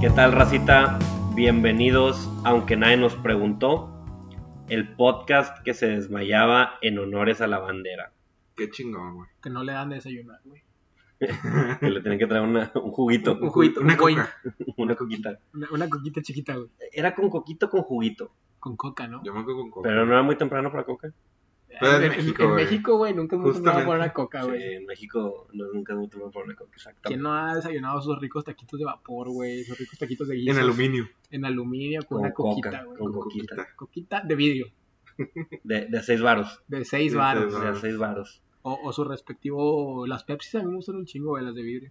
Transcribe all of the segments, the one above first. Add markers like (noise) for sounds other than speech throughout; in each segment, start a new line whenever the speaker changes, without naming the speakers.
¿Qué tal, racita? Bienvenidos, aunque nadie nos preguntó, el podcast que se desmayaba en honores a la bandera.
Qué chingón, güey.
que no le dan de desayunar, güey.
Que le tenían que traer una- un juguito,
Un juguito,
Una
un coin.
coca.
(laughs) una coquita.
Una, una coquita chiquita, güey.
Era con coquito con juguito,
Con coca, ¿no?
Yo me quedo con coca.
pero no era muy temprano para coca.
Pero en
en,
México,
en
güey.
México, güey, nunca hemos tomado
Justamente.
por una coca,
Sí,
güey.
en México no, nunca es muy temprano para una coca,
¿Quién
exactamente.
no ha desayunado esos ricos taquitos de vapor, güey? Esos ricos taquitos de guiso.
En aluminio.
En aluminio, con,
Con
una coquita,
coca,
güey.
con
Con
coquita.
coquita. Coquita de vidrio,
De, de a seis varos,
de seis
De
varos.
seis
de a seis varos.
O, o su respectivo... Las Pepsi a mí me gustan un chingo, güey, las de vidrio.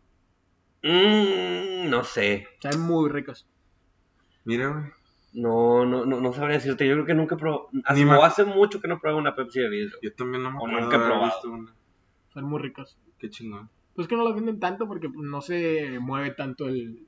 Mm, no sé,
Saben muy ricas.
Mira, güey.
no, no, no, no sabría decirte, yo creo que nunca probé,
Ni
hace,
me-
o hace mucho que no pruebo una Pepsi de vidrio.
Yo también no me
O
acuerdo
nunca he
de haber
probado.
visto una.
Son muy ricas.
Qué chingón.
Pues que no las venden tanto porque no se mueve tanto el,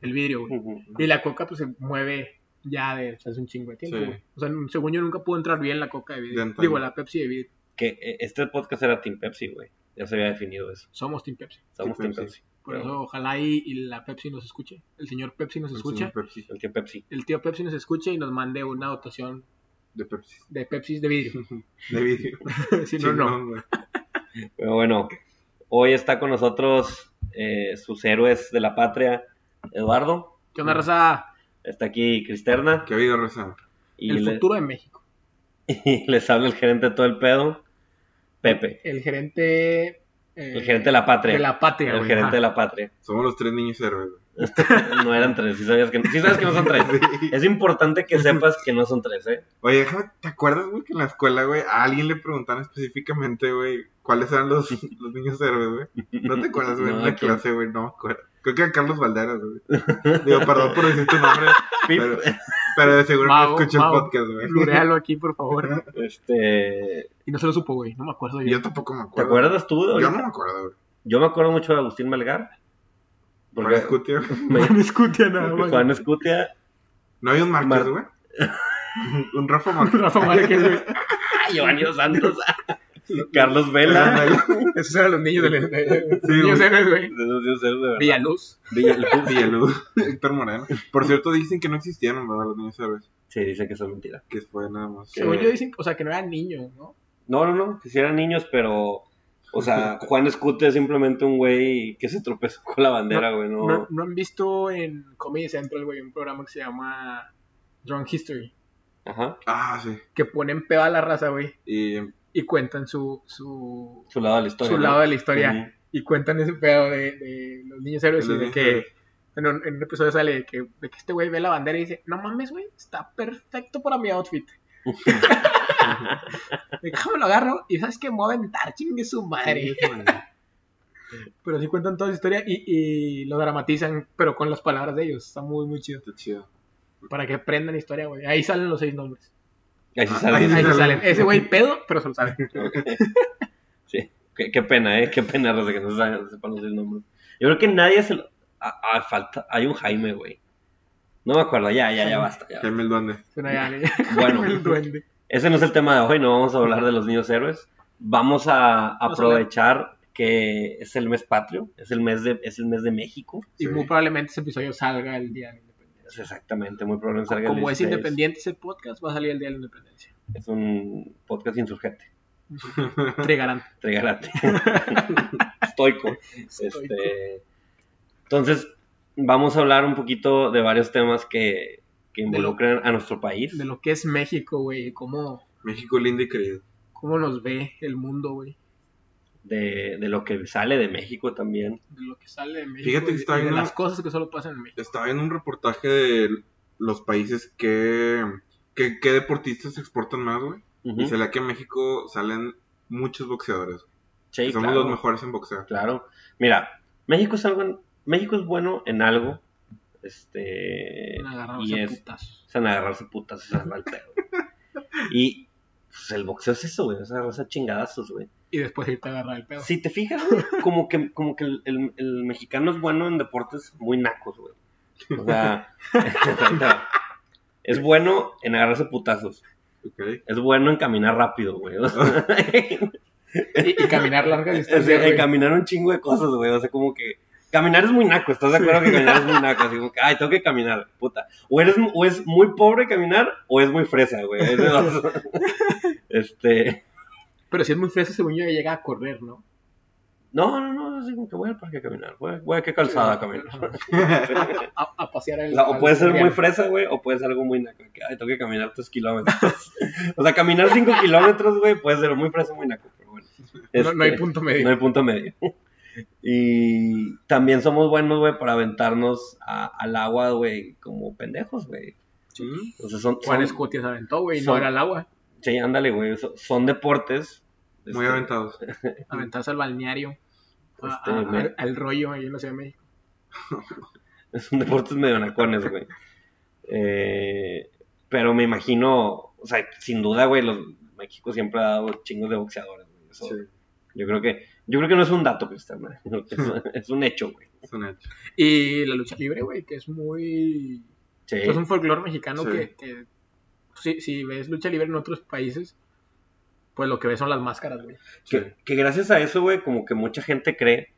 el vidrio,
(laughs)
güey.
Ujú.
Y la coca pues se mueve ya de, o sea, hace un chingo de tiempo.
Sí.
güey. O sea, según yo nunca pudo entrar bien la coca de
De
vidrio.
antaño.
Digo, la Pepsi de vidrio.
Que eh, este podcast era Team Pepsi, güey, ya se había definido eso.
Somos Team Pepsi.
Somos
Team
Team
Pepsi.
Pepsi.
Por
Pero-
eso ojalá y, y la Pepsi nos escuche. El señor Pepsi nos
El
escuche.
señor Pepsi.
El tío Pepsi.
El tío Pepsi nos escuche y nos mande una dotación
De Pepsi.
de Pepsi de vidrio.
De (laughs) vidrio.
si no, no.
Chingón, güey.
Pero bueno, hoy está con nosotros eh, sus héroes de la patria, Eduardo.
¿Qué onda, raza?
Está aquí Cristerna.
Qué vida, Rosa.
Y,
el
le-
futuro de México.
(laughs) y les habla el gerente de todo el pedo, Pepe.
El gerente... eh,
El gerente de la patria.
De la patria,
el
güey.
gerente
Ajá.
de la patria.
Somos los tres niños héroes, güey.
No eran tres, si sabías que, sí sabes que no son tres.
(laughs) Sí.
Es importante que sepas que no son tres,
(laughs)
¿eh?
Oye, déjame- ¿te acuerdas, güey, que en la escuela, güey, a alguien le preguntaron específicamente, güey, cuáles eran los, (laughs) los niños héroes, güey? ¿No te acuerdas, güey?
No,
en la
¿quién?
clase, güey, no me acuerdo. Creo que a Carlos Valderas, güey. Digo, perdón por decir tu nombre,
Pip.
pero, pero de seguro no
Mau,
escucho
Mau.
el podcast, güey.
Bluréalo aquí, por favor.
Este,
Y no se lo supo, güey. No me acuerdo yo.
Yo tampoco me acuerdo.
¿Te acuerdas tú? de
Yo
ahorita?
no me acuerdo, güey.
Yo me acuerdo mucho de Agustín Melgar.
Juan
Porque
Escutia.
me-
Juan Escutia, nada más.
Juan Escutia
¿No hay un Márquez,
Mar-
güey? (laughs) un Rafa Márquez.
Rafa Márquez, güey.
Giovanni Dos
(laughs)
Santos. Carlos
(laughs)
Vela.
Esos eran los niños del
Sí,
niños
güey.
héroes, güey.
Esos sí, esos de verdad.
Villaluz.
Villaluz. Villaluz. Héctor Moreno. Por cierto, dicen que no existieron, ¿verdad? Los niños héroes.
Sí, dice que son mentiras.
Que fue nada más.
¿Qué?
Según yo dicen, o sea, que no eran niños, ¿no?
No, no, no, que si eran niños, pero. O sea, Juan Escute es simplemente un güey que se tropezó con la bandera, güey, no.
¿no? no han visto en Comedy Central, güey, un programa que se llama Drunk History,
Ajá,
Ah, sí.
que ponen pedo a la raza, güey,
Y em,
y cuentan su, su,
su lado de la historia.
su
¿no?
lado de la historia.
Ujú.
Y cuentan ese pedo de, de los niños héroes y
Los
de
niños
que
héroes.
en un, en un episodio sale de que, de que este güey ve la bandera y dice, no mames, güey, está perfecto para mi outfit. Déjame lo agarro y sabes que me voy a aventar, chingue su madre. Pero sí cuentan toda su historia y, y lo dramatizan, pero con las palabras de ellos. Está muy, muy chido.
Está chido.
Para que aprendan historia, güey. Ahí salen los seis nombres.
Ahí sí
Ahí
Ahí
sale.
sí
sí
salen.
salen.
(laughs)
Ese güey pedo, pero se lo saben.
(laughs) Sí. Qué, qué pena, ¿eh? Qué pena, Rosa, que no se sa- sepan los seis nombres. Yo creo que nadie se lo. ah, ah, falta... Hay un Jaime, güey. No me acuerdo, ya, ya, ya basta. ya.
Jaime el Duende.
Suena ya, güey.
Bueno,
(laughs) El duende.
Ese no es el tema de hoy, no vamos a hablar de los niños héroes. Vamos a aprovechar que es el mes patrio, es el mes de, es el mes de México.
Y
Sí.
muy probablemente ese episodio salga el día de la independencia.
Es exactamente, muy probable salga el
Como es
16.
independiente ese podcast, va a salir el día de la independencia.
Es un podcast insurgente,
Entregarán.
tregarate. (laughs) Estoico. Este, entonces, vamos a hablar un poquito de varios temas que, que
lo-
involucran a nuestro país.
De lo que es México, güey. Cómo,
México lindo y querido.
cómo nos ve el mundo, güey.
De, de lo que sale de México también.
De lo que sale de México.
Fíjate que
y-
está
y de
bien, ¿no?
las cosas que solo pasan en México.
Estaba viendo un reportaje de los países que. que, que deportistas exportan más, güey. Y
Ujú.
se le da que en México salen muchos boxeadores.
Sí,
Somos
claro.
los mejores en boxeo.
Claro. Mira, México es algo en- México es bueno en algo. Este.
Agarramos
Y
a
es.
putazos.
O sea, en agarrarse putas, o sea, al pedo. Y pues, el boxeo es eso, güey. Es agarrarse a chingadazos, güey.
Y después irte a agarrar el pedo.
Si te fijas, güey, como que, como que el, el- el mexicano es bueno en deportes muy nacos, güey. O sea, (laughs) ahí te va. es bueno en agarrarse putazos.
¿Ok?
Es bueno en caminar rápido, güey. O sea,
Y, y caminar largas
O
distancias.
sea,
(laughs)
güey.
en caminar un chingo de cosas, güey. O sea, como que Caminar es muy naco, ¿estás de acuerdo que caminar es muy naco? Así como que, ay, tengo que caminar, puta. O, eres, o es muy pobre caminar, o es muy fresa, güey. Es de dos. este.
Pero si es muy fresa, según yo, ya llega a correr, ¿no?
No, no, no, así como que voy al parque a caminar, voy, a- voy a qué calzada a
(laughs)
caminar.
A, a pasear el.
La- o
al-
puede ser muy
al-
fresa, güey, o puede ser algo muy naco. Que, ay, tengo que caminar 3 kilómetros. (laughs) o sea, caminar
(laughs)
5 kilómetros, güey, puede ser muy fresa, muy naco. Pero bueno.
No, no hay
Este,
punto medio.
No hay punto medio. Y también somos buenos, güey, para aventarnos a- al agua, güey, como pendejos, güey.
Sí.
O sea, son.
Juan
son-
Escutia se aventó, güey, no
son-
era el agua.
sí, ándale, güey. so- son deportes. este,
Muy aventados.
Aventarse al balneario. a-
Este,
a-
me-
al- al rollo ahí en la Ciudad de México.
Son deportes medio nacones, güey. Eh, pero me imagino, o sea, sin duda, güey, los, México siempre ha dado chingos de boxeadores, güey. Eso-
Sí,
Yo creo que, yo creo que no es un dato, Cristian, (laughs) güey. es, es un hecho, güey.
es un hecho.
Pues,
Y la lucha libre, güey, que es muy.
Sí.
Es un folclore mexicano
Sí.
que, que si, si ves lucha libre en otros países, pues lo que ves son las máscaras, güey.
Que,
Sí.
que gracias a eso, güey, como que mucha gente cree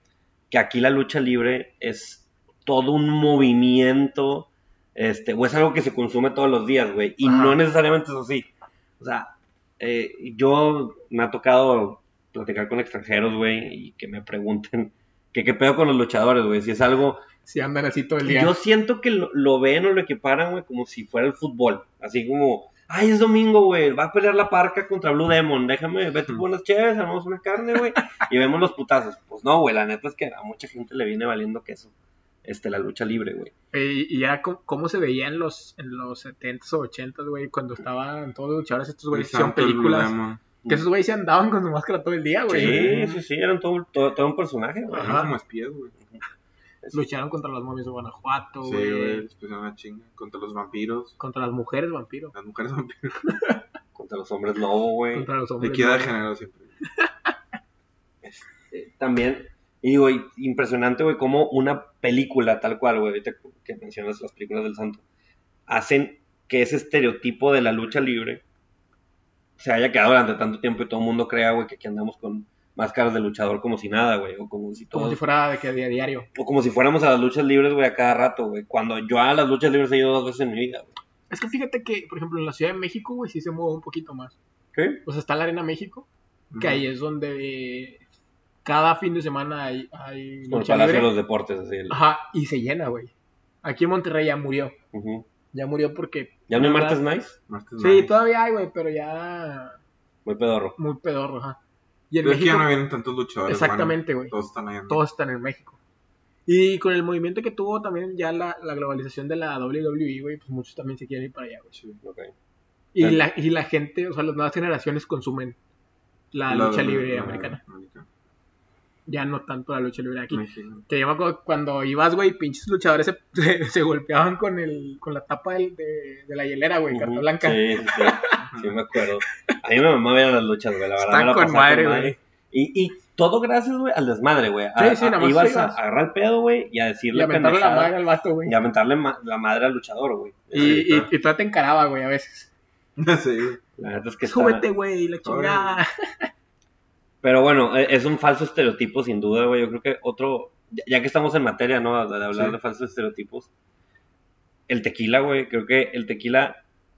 que aquí la lucha libre es todo un movimiento, este, o es algo que se consume todos los días, güey, y
Ajá.
no necesariamente es así. O sea, eh, yo me ha tocado platicar con extranjeros, güey, y que me pregunten que qué pedo con los luchadores, güey, si es algo...
Si andan así todo el día.
Yo siento que lo, lo ven o lo equiparan, güey, como si fuera el fútbol, así como... Ay, es domingo, güey. Va a pelear la parca contra Blue Demon. Déjame, vete por unas chéves, armamos una carne, güey y vemos los putazos. Pues no, güey, la neta es que a mucha gente le viene valiendo queso este, la lucha libre, güey.
Y, y era co- cómo se veía en los, en los 70s o 80s, güey, cuando estaban todos los luchadores, estos güeyes hicieron
Santo el
películas.
Blue
Que esos güeyes se andaban con su máscara todo el día, güey.
Sí, sí, sí, eran todo, todo, todo un personaje, güey.
Demon.
Ajá.
Eran como espías, güey.
Lucharon contra los momios de Guanajuato,
Sí,
güey.
güey, les pusieron una chinga. Contra los vampiros,
Contra las mujeres vampiro.
las mujeres vampiros.
Contra los hombres lobo, güey.
Contra los hombres.
Equidad de
lobo.
género siempre.
Eh, también, y digo, y- impresionante, güey, como una película tal cual, güey, ahorita que mencionas las películas del santo, hacen que ese estereotipo de la lucha libre se haya quedado durante tanto tiempo y todo el mundo crea, güey, que aquí andamos con máscaras de luchador como si nada, güey, o como si
Como
todos
si fuera de que día a diario.
O como si fuéramos a las luchas libres, güey, a cada rato, güey. Cuando yo a las luchas libres he ido dos veces en mi vida, güey.
Es que fíjate que, por ejemplo, en la Ciudad de México, güey, sí se mueve un poquito más.
¿Qué?
O sea, está la Arena México, que ahí es donde cada fin de semana hay, hay
Por el
lucha
Palacio de
libre. Ah.
los Deportes, así. el-
Ajá, y se llena, güey. Aquí en Monterrey ya murió.
Ujú.
Ya murió porque.
¿Ya no hay
la
martes
Ah, verdad-
nice?
Martes
Sí,
Night.
todavía hay, güey, pero ya
Muy pedorro.
muy pedorro, ajá. Y en
Pero es que
México,
ya no vienen tantos luchadores. mano.
exactamente, güey.
Todos están ahí.
Todos están en México. Y con el movimiento que tuvo también ya la, la globalización de la WWE, güey, pues muchos también se quieren ir para allá, güey.
Ok.
Y
Claro.
la, y la gente, o sea, las nuevas generaciones consumen la, lucha
E,
libre americana. Ya no tanto la lucha libre aquí.
México. (laughs)
Que yo me acuerdo cuando ibas, güey, pinches luchadores se, (laughs) se, se golpeaban con el con la tapa del- de, de la hielera, güey, carta
Ujú.
blanca.
Sí, sí, sí.
(laughs)
Sí, me acuerdo. A mí me mamá ver las luchas, güey. La verdad,
Está
me la
con
pasaba
madre, güey.
Y, y todo gracias, güey, al desmadre, güey. A-
Sí, sí,
a-
nada más
ibas
ibas.
a agarrar el pedo, güey, y a decirle
Lamentarle la
pendejada-
madre al vato, güey.
Y a mentarle ma- la madre al luchador, güey.
Y, y,
Ahorita.
y todavía te encaraba, güey, a veces.
Sí, güey.
La neta es que está-
Súbete, güey, la chingada.
Pero bueno, e- es un falso estereotipo sin duda, güey. Yo creo que otro, ya- ya que estamos en materia, ¿no? De de hablar
Sí.
de falsos estereotipos. El tequila, güey. Creo que el tequila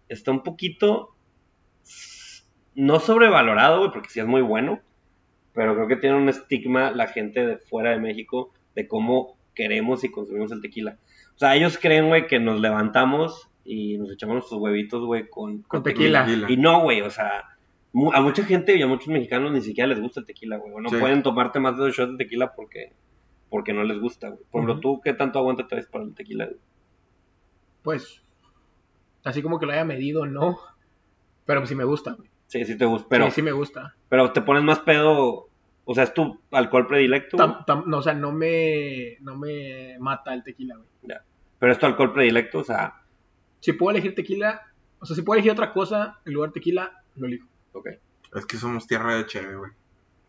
está un poquito, no sobrevalorado, güey, porque sí es muy bueno. Pero creo que tiene un estigma la gente de fuera de México de cómo queremos y consumimos el tequila. O sea, ellos creen, güey, que nos levantamos y nos echamos nuestros huevitos, güey, con,
Con tequila.
y no, güey, o sea, mu- a mucha gente y a muchos mexicanos ni siquiera les gusta el tequila, güey. O no
Sí.
pueden tomarte más de dos shots de tequila porque, porque no les gusta, güey. Por ejemplo,
Ujú.
¿tú qué tanto aguanta traes para el tequila? güey?
Pues, así como que lo haya medido, no. Pero pues sí me gusta, güey.
Sí, sí te gusta, pero,
sí, sí me gusta.
pero te pones más pedo, o sea, es tu alcohol predilecto, güey?
Tam- tam- no, o sea, no me, no me mata el tequila, güey.
pero es tu alcohol predilecto, o sea,
Si puedo elegir tequila, o sea, si puedo elegir otra cosa en lugar de tequila, lo elijo.
ok.
Es que somos tierra de chévere, güey.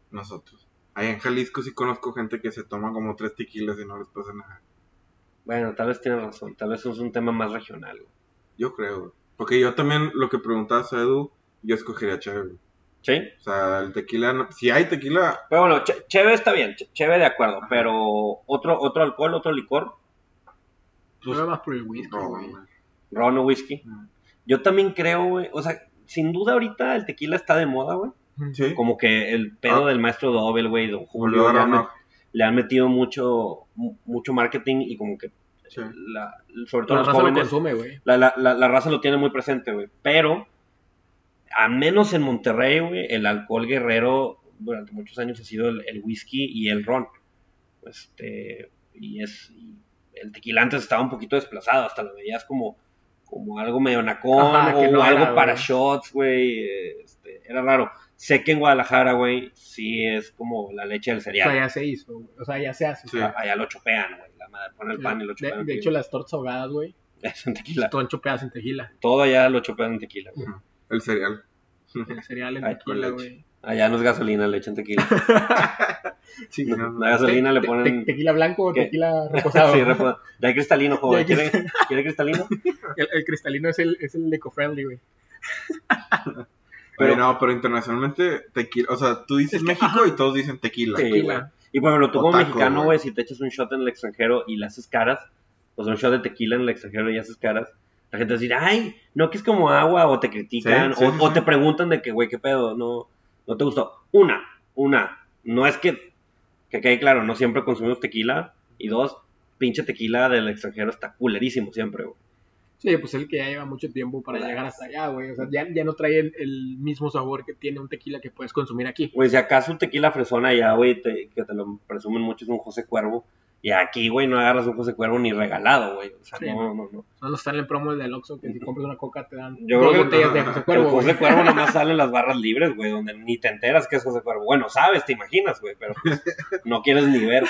Nosotros. Allá en Jalisco sí conozco gente que se toma como tres tequilas y no les pasa nada.
Bueno, tal vez tienes razón, tal vez es un tema más regional, güey.
Yo creo, güey. Porque yo también, lo que preguntabas a Edu, yo escogería chévere, güey.
¿Sí?
O sea, el tequila, no- si hay tequila,
Pero bueno, che- cheve está bien, che- cheve de acuerdo, pero otro, otro alcohol, otro licor,
Yo
pues,
era más por el whisky,
no,
güey.
güey.
ron o whisky.
Mm.
Yo también creo, güey, o sea, sin duda ahorita el tequila está de moda, güey.
Sí.
Como que el pedo
Ah.
del maestro Dobel, güey, don Julio,
Julio
le, han,
Romero,
le han metido mucho, mu- mucho marketing y como que,
sí.
la- sobre todo
La
los
raza lo
jóvenes,
consume, güey.
la, la- la- la raza lo tiene muy presente, güey. Pero, a menos en Monterrey, güey, el alcohol guerrero durante muchos años ha sido el, el whisky y el ron. Este, y es, y el tequila antes estaba un poquito desplazado, hasta lo veías como, como algo medio nacón
Ajá,
o
que no
algo
era,
para
güey.
shots, güey. eh, este, era raro. Sé que en Guadalajara, güey, sí es como la leche del
O
cereal.
sea, ya se hizo, güey. O sea, ya se hace.
Sí.
A- Allá lo chopean, güey. La madre pone el pan y lo
de,
chopean.
de
en
hecho,
tequila.
las tortas ahogadas, güey,
Es (laughs) en tequila.
son chopeadas en
(laughs)
tequila.
Todo allá lo chopean en tequila, güey.
El cereal.
El cereal en
Ay,
tequila,
con
güey.
Allá no es gasolina, le echan tequila.
Sí,
No,
no,
la gasolina le
Te- te-
ponen.
tequila blanco o
¿Qué? (laughs)
tequila reposado.
Sí, repo- Ya hay cristalino, joven.
Ya hay
¿Quiere, quiere cristalino?
(laughs) el, el cristalino es el, es el eco-friendly, güey.
Pero
Pero-
no, pero internacionalmente tequila, o sea, tú dices México y todos dicen tequila.
Sí,
Tequila.
güey. Y por ejemplo, tú como
O taco,
mexicano,
güey.
güey, si te echas un shot en el extranjero y le haces caras, o sea, un shot de tequila en el extranjero y haces caras, la gente va a decir, ay, no, que es como agua, o te critican,
Sí, sí,
o,
sí,
o
sí.
te preguntan de que, güey, qué pedo, no, no te gustó. Una, una, no es que, que quede claro, no siempre consumimos tequila, y dos, pinche tequila del extranjero está culerísimo siempre, güey.
Sí, pues el que ya lleva mucho tiempo para llegar hasta allá, güey. O sea, ya, ya no trae el, el mismo sabor que tiene un tequila que puedes consumir aquí.
Güey, si acaso un tequila fresona ya, güey, te- que te lo presumen mucho, es un José Cuervo. Y aquí, güey, no agarras un José Cuervo ni regalado, güey. O sea,
Sí,
no, no, no.
No nos sale en promo del Oxxo que si compras una coca te dan
Yo
dos
creo que-
botellas de José
El
Cuervo, güey.
José pues Cuervo nomás sale en las barras libres, güey, donde ni te enteras que es José Cuervo. Bueno, sabes, te imaginas, güey, pero pues, no quieres ni ver.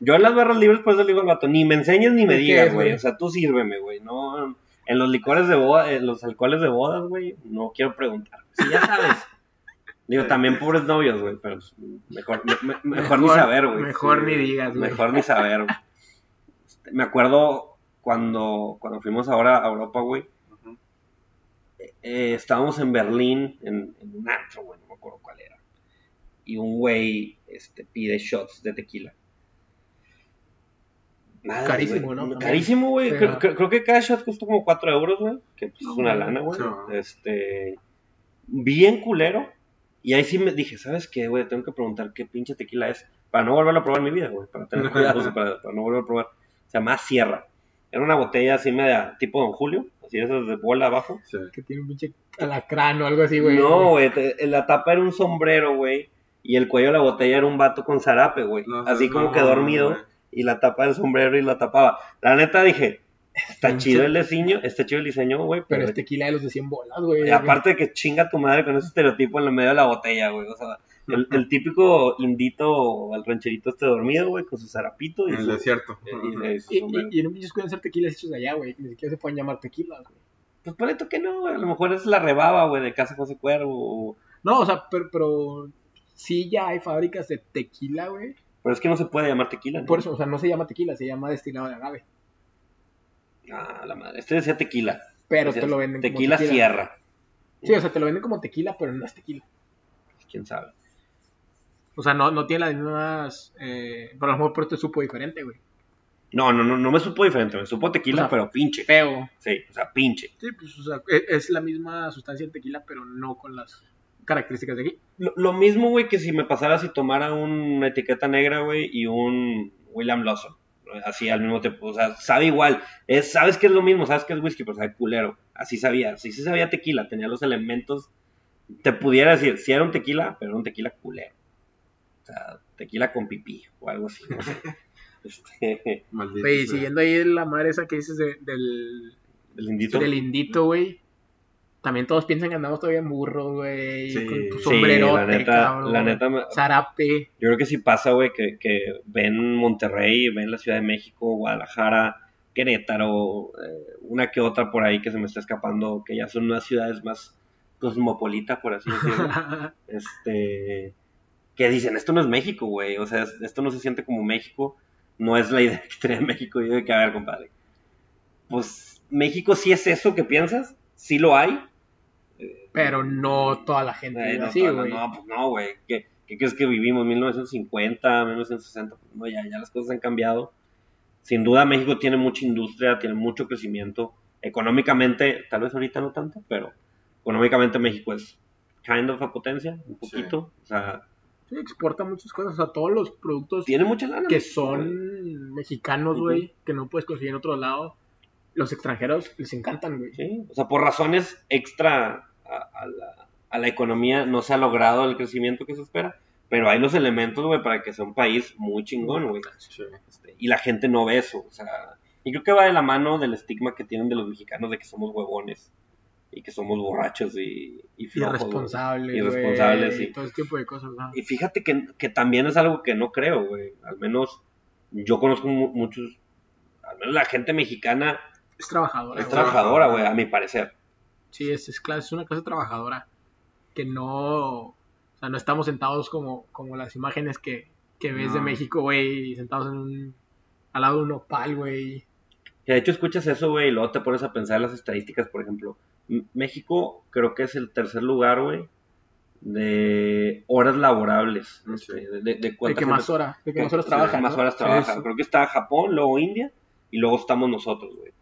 Yo en las barras libres, por eso le digo al vato, ni me enseñes ni me
¿De qué
digas,
es,
güey.
güey?
O sea, tú sírveme, güey. No, en los licores de boda, en los alcoholes de bodas, güey, no quiero preguntar. Sí, ya sabes. Digo, también pobres novios, güey, pero pues, mejor, me- me- mejor ni saber, güey.
Mejor
Sí.
ni digas, güey.
Mejor ni saber. güey. Este, Me acuerdo cuando, cuando fuimos ahora a Europa, güey.
Ujú.
eh, estábamos en Berlín, en, en un antro, güey, no me acuerdo cuál era. Y un güey este, pide shots de tequila. Madre,
Carísimo,
güey.
¿no? También.
Carísimo, güey.
Sí,
creo,
ajá.
creo- creo que cada shot costó como 4 euros, güey. Que pues, es una lana, güey.
Sí, ajá.
Este. Bien culero. Y ahí sí me dije, ¿sabes qué, güey? Tengo que preguntar qué pinche tequila es. Para no volverlo a probar en mi vida, güey. Para tener cuidado, o sea, para, para no volver a probar. Se llama Sierra. Era una botella así media, tipo Don Julio. Así de esas de bola abajo.
Sí.
Que tiene un pinche alacrán o algo así, güey.
No, güey, te- en la tapa era un sombrero, güey, y el cuello de la botella era un vato con zarape, güey.
No,
así
no,
como que
no,
dormido,
güey.
y la tapa del sombrero y la tapaba. La neta dije, está
Pinche-
chido el diseño, está chido el diseño, güey,
Pero
pero,
es tequila de los de 100 bolas, güey.
y aparte de que chinga tu madre con ese estereotipo en el medio de la botella, güey. O sea, el,
(laughs)
el típico indito o el rancherito este dormido, güey, con su zarapito y
En el
su-
desierto.
Eh, y- y- y su
Y,
sombrero.
y, y en un pinche pueden ser tequilas hechos de allá, güey. que Ni siquiera se pueden llamar tequila, güey.
Pues por que no, güey. A lo mejor es la rebaba, güey, de Casa José Cuervo. o-
No, o sea, pero, pero sí ya hay fábricas de tequila, güey.
Pero es que no se puede llamar tequila, ¿no?
Por eso, o sea, no se llama tequila, se llama destilado de agave.
Ah, la madre. Este decía tequila.
Pero
Decías,
te lo venden
tequila,
como tequila.
sierra.
Sí, o sea, te lo venden como tequila, pero no es tequila.
Pues, quién sabe.
O sea, no, no tiene las mismas. Eh, pero a lo mejor por este supo diferente, güey.
No, no, no, no me supo diferente. Me supo tequila,
O sea,
pero pinche.
Feo.
Sí, o sea, pinche.
Sí, pues, o sea, e- es, la misma sustancia del tequila, pero no con las características de aquí.
Lo, lo mismo, güey, que si me pasara si tomara una etiqueta negra, güey, y un William Lawson. ¿no? Así al mismo tiempo. O sea, sabe igual. Es, sabes que es lo mismo, sabes que es whisky, pero sabe culero. Así sabía. Así sí sabía tequila. Tenía los elementos. Te pudiera decir, si era un tequila, pero era un tequila culero. O sea, tequila con pipí o algo así. No
(laughs)
sé. Este,
Maldito.
Güey,
sea.
siguiendo ahí la madre esa que dices de- del,
el indito.
del indito, güey. También todos piensan que andamos todavía en burro, güey.
Sí.
Con tu
Sí,
sombrerote,
la neta,
cabrón.
la neta, me-
Zarape. (laughs)
yo creo que sí pasa, güey, que, que ven Monterrey, ven la Ciudad de México, Guadalajara, Querétaro, eh, una que otra por ahí que se me está escapando, que ya son unas ciudades más cosmopolitas, por así
(laughs)
decirlo. este, que dicen, esto no es México, güey, o sea, es- esto no se siente como México, no es la idea (laughs) que tiene México, y yo de que, a ver, compadre, pues México sí es eso que piensas, sí lo hay,
Pero no toda la gente
Ay,
vive
no,
así,
no,
güey.
no, pues no, güey. ¿Qué, ¿Qué crees que vivimos? ¿1950, 1960? Pues no, ya, ya las cosas han cambiado. Sin duda, México tiene mucha industria, tiene mucho crecimiento. Económicamente, tal vez ahorita no tanto, pero económicamente México es kind of a potencia, un poquito. O sea,
Sí, exporta muchas cosas, o sea, todos los productos
tiene mucha lana.
que
México, güey.
son mexicanos, güey, que no puedes conseguir en otro lado, los extranjeros les encantan, güey.
Sí, o sea, por razones extra a, a la, a la economía no se ha logrado el crecimiento que se espera, pero hay los elementos, güey, para que sea un país muy chingón, güey.
Sí.
Este, y la gente no ve eso, o sea, y creo que va de la mano del estigma que tienen de los mexicanos de que somos huevones y que somos borrachos y, y flojos,
Irresponsables,
güey.
güey.
Irresponsables, sí.
y todo ese tipo de cosas, ¿no?
Y fíjate que, que también es algo que no creo, güey. Al menos yo conozco mu- muchos, al menos la gente mexicana
Es trabajadora,
es
güey.
trabajadora, güey, a mi parecer.
Sí, es, es, cla- es una clase trabajadora que no, o sea, no estamos sentados como, como las imágenes que, que ves de
No.
México, güey, sentados en un, al lado de un opal, güey.
Que de hecho escuchas eso, güey, y luego te pones a pensar las estadísticas, por ejemplo. M- México creo que es el tercer lugar, güey, de horas laborables.
Ok.
este, de, de- de
De
cuánta
que
gente-
más horas, de que más horas
sí,
trabajan.
Más
¿no?
horas trabajan.
Sí, sí.
Creo que está Japón, luego India, y luego estamos nosotros, güey.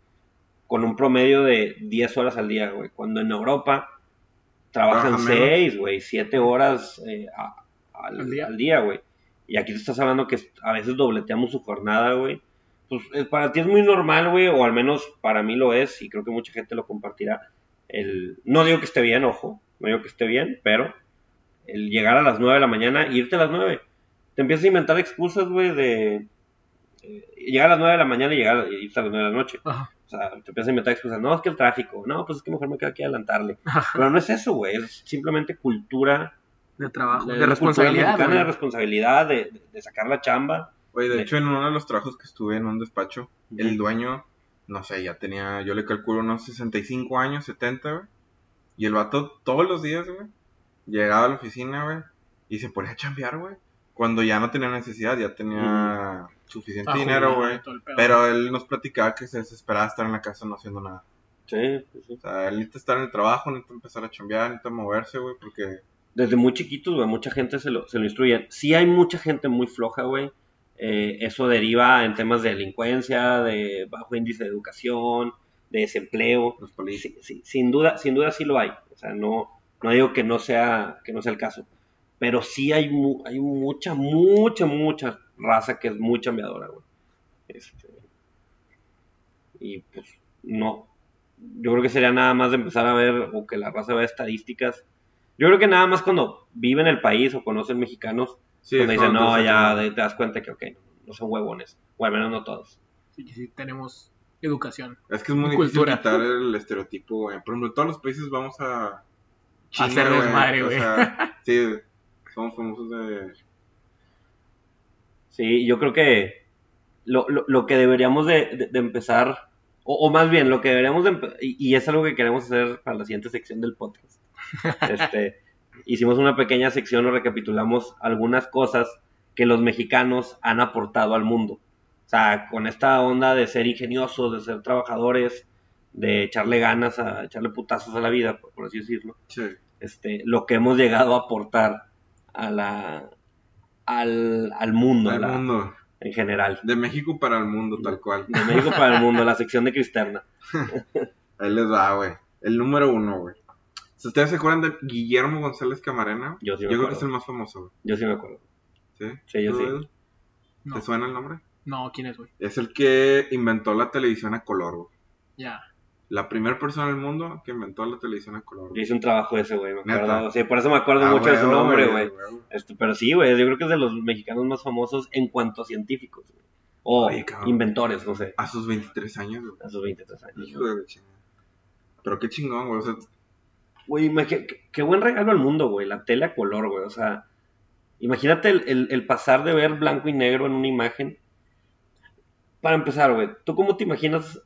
Con un promedio de 10 horas al día, güey. Cuando en Europa trabajan
Trabajan menos.
6, güey, 7 horas eh, a- al,
Al día.
al día, güey. Y aquí te estás hablando que a veces dobleteamos su jornada, güey. Pues eh, para ti es muy normal, güey, o al menos para mí lo es, y creo que mucha gente lo compartirá. El, no digo que esté bien, ojo, no digo que esté bien, pero el llegar a las 9 de la mañana e irte a las 9. Te empiezas a inventar excusas, güey, de eh, llegar a las 9 de la mañana y llegar y irte a las 9 de la noche.
Ajá.
O sea, te empiezas a inventar excusas. No, es que el tráfico. No, pues es que mejor me quedo aquí a adelantarle.
Ajá.
Pero no es eso, güey. Es simplemente cultura.
De trabajo, de,
la cultura
responsabilidad.
mexicana, De
güey.
responsabilidad, de, de- de sacar la chamba.
Oye, de
Sí.
hecho, en uno de los trabajos que estuve en un despacho, el dueño, no sé, ya tenía, yo le calculo unos 65 años, 70, güey. Y el vato todos los días, güey, llegaba a la oficina, güey, y se ponía a chambear, güey. Cuando ya no tenía necesidad, ya tenía suficiente
Está
dinero,
jubilado,
güey.
todo el pedo.
Pero él nos platicaba que se desesperaba estar en la casa no haciendo nada.
Sí, sí, sí.
O sea, él necesita estar en el trabajo, necesita empezar a chambear, necesita moverse, güey, porque...
Desde muy chiquitos, güey, mucha gente se lo, se lo instruyen. Sí hay mucha gente muy floja, güey. Eh, eso deriva en temas de delincuencia, de bajo índice de educación, de desempleo.
Los
Sí,
policías.
sí, sí, sin duda, sin duda sí lo hay. O sea, no, no digo que no sea, que no sea el caso. Pero sí hay, mu- hay mucha, mucha, mucha raza que es muy chambeadora, güey. Este, y pues, no. Yo creo que sería nada más de empezar a ver, o que la raza vea estadísticas. Yo creo que nada más cuando viven en el país o conocen mexicanos,
Sí,
cuando
es
dicen,
cuando
no,
empieza
ya
a chambear.
de- te das cuenta que, ok, no son huevones. O al menos no todos.
Sí, que sí tenemos educación.
Es que es muy
Y
difícil
cultura.
quitar el estereotipo, güey. Por ejemplo, en todos los países vamos a...
A hacer
güey.
desmadre,
O
güey.
sea, sí, somos famosos de...
Sí, yo creo que lo, lo, lo que deberíamos de, de- de empezar, o, o más bien, lo que deberíamos de empe- y, y es algo que queremos hacer para la siguiente sección del podcast. Este, hicimos una pequeña sección o recapitulamos algunas cosas que los mexicanos han aportado al mundo. O sea, con esta onda de ser ingeniosos, de ser trabajadores, de echarle ganas, a echarle putazos a la vida, por- por así decirlo
Sí.
este, lo que hemos llegado a aportar a la, al, al mundo, a
Del
la-
mundo.
en general.
De México para el mundo, tal cual.
De México para el mundo, la sección de Cristerna.
Ahí les va, güey. El número uno, güey. Si ustedes se acuerdan de Guillermo González Camarena,
Yo sí me
yo creo que
acuerdo.
es el más famoso, güey.
Yo sí me acuerdo.
¿Sí?
Sí, yo
¿Tú,
sí.
Edu?
No,
¿Te suena el nombre?
no, ¿quién es, güey?
Es el que inventó la televisión a color, güey.
Ya.
La primera persona del mundo que inventó la televisión a color.
Yo
güey.
hice un trabajo ese, güey, me
¿Neta?
acuerdo. Sí, por eso me acuerdo
Ah,
mucho de su
güey,
nombre,
güey,
güey. Este, pero sí, güey, yo creo que es de los mexicanos más famosos en cuanto a científicos. güey. O
Ay, cabrón.
inventores, no sé,
A sus 23 años, güey.
a sus 23 años.
Hijo de la chingada. Pero qué chingón, güey. O sea,
Güey, imagi- qué, qué buen regalo al mundo, güey, la tele a color, güey. O sea, imagínate el, el- el pasar de ver blanco y negro en una imagen. Para empezar, güey, ¿tú cómo te imaginas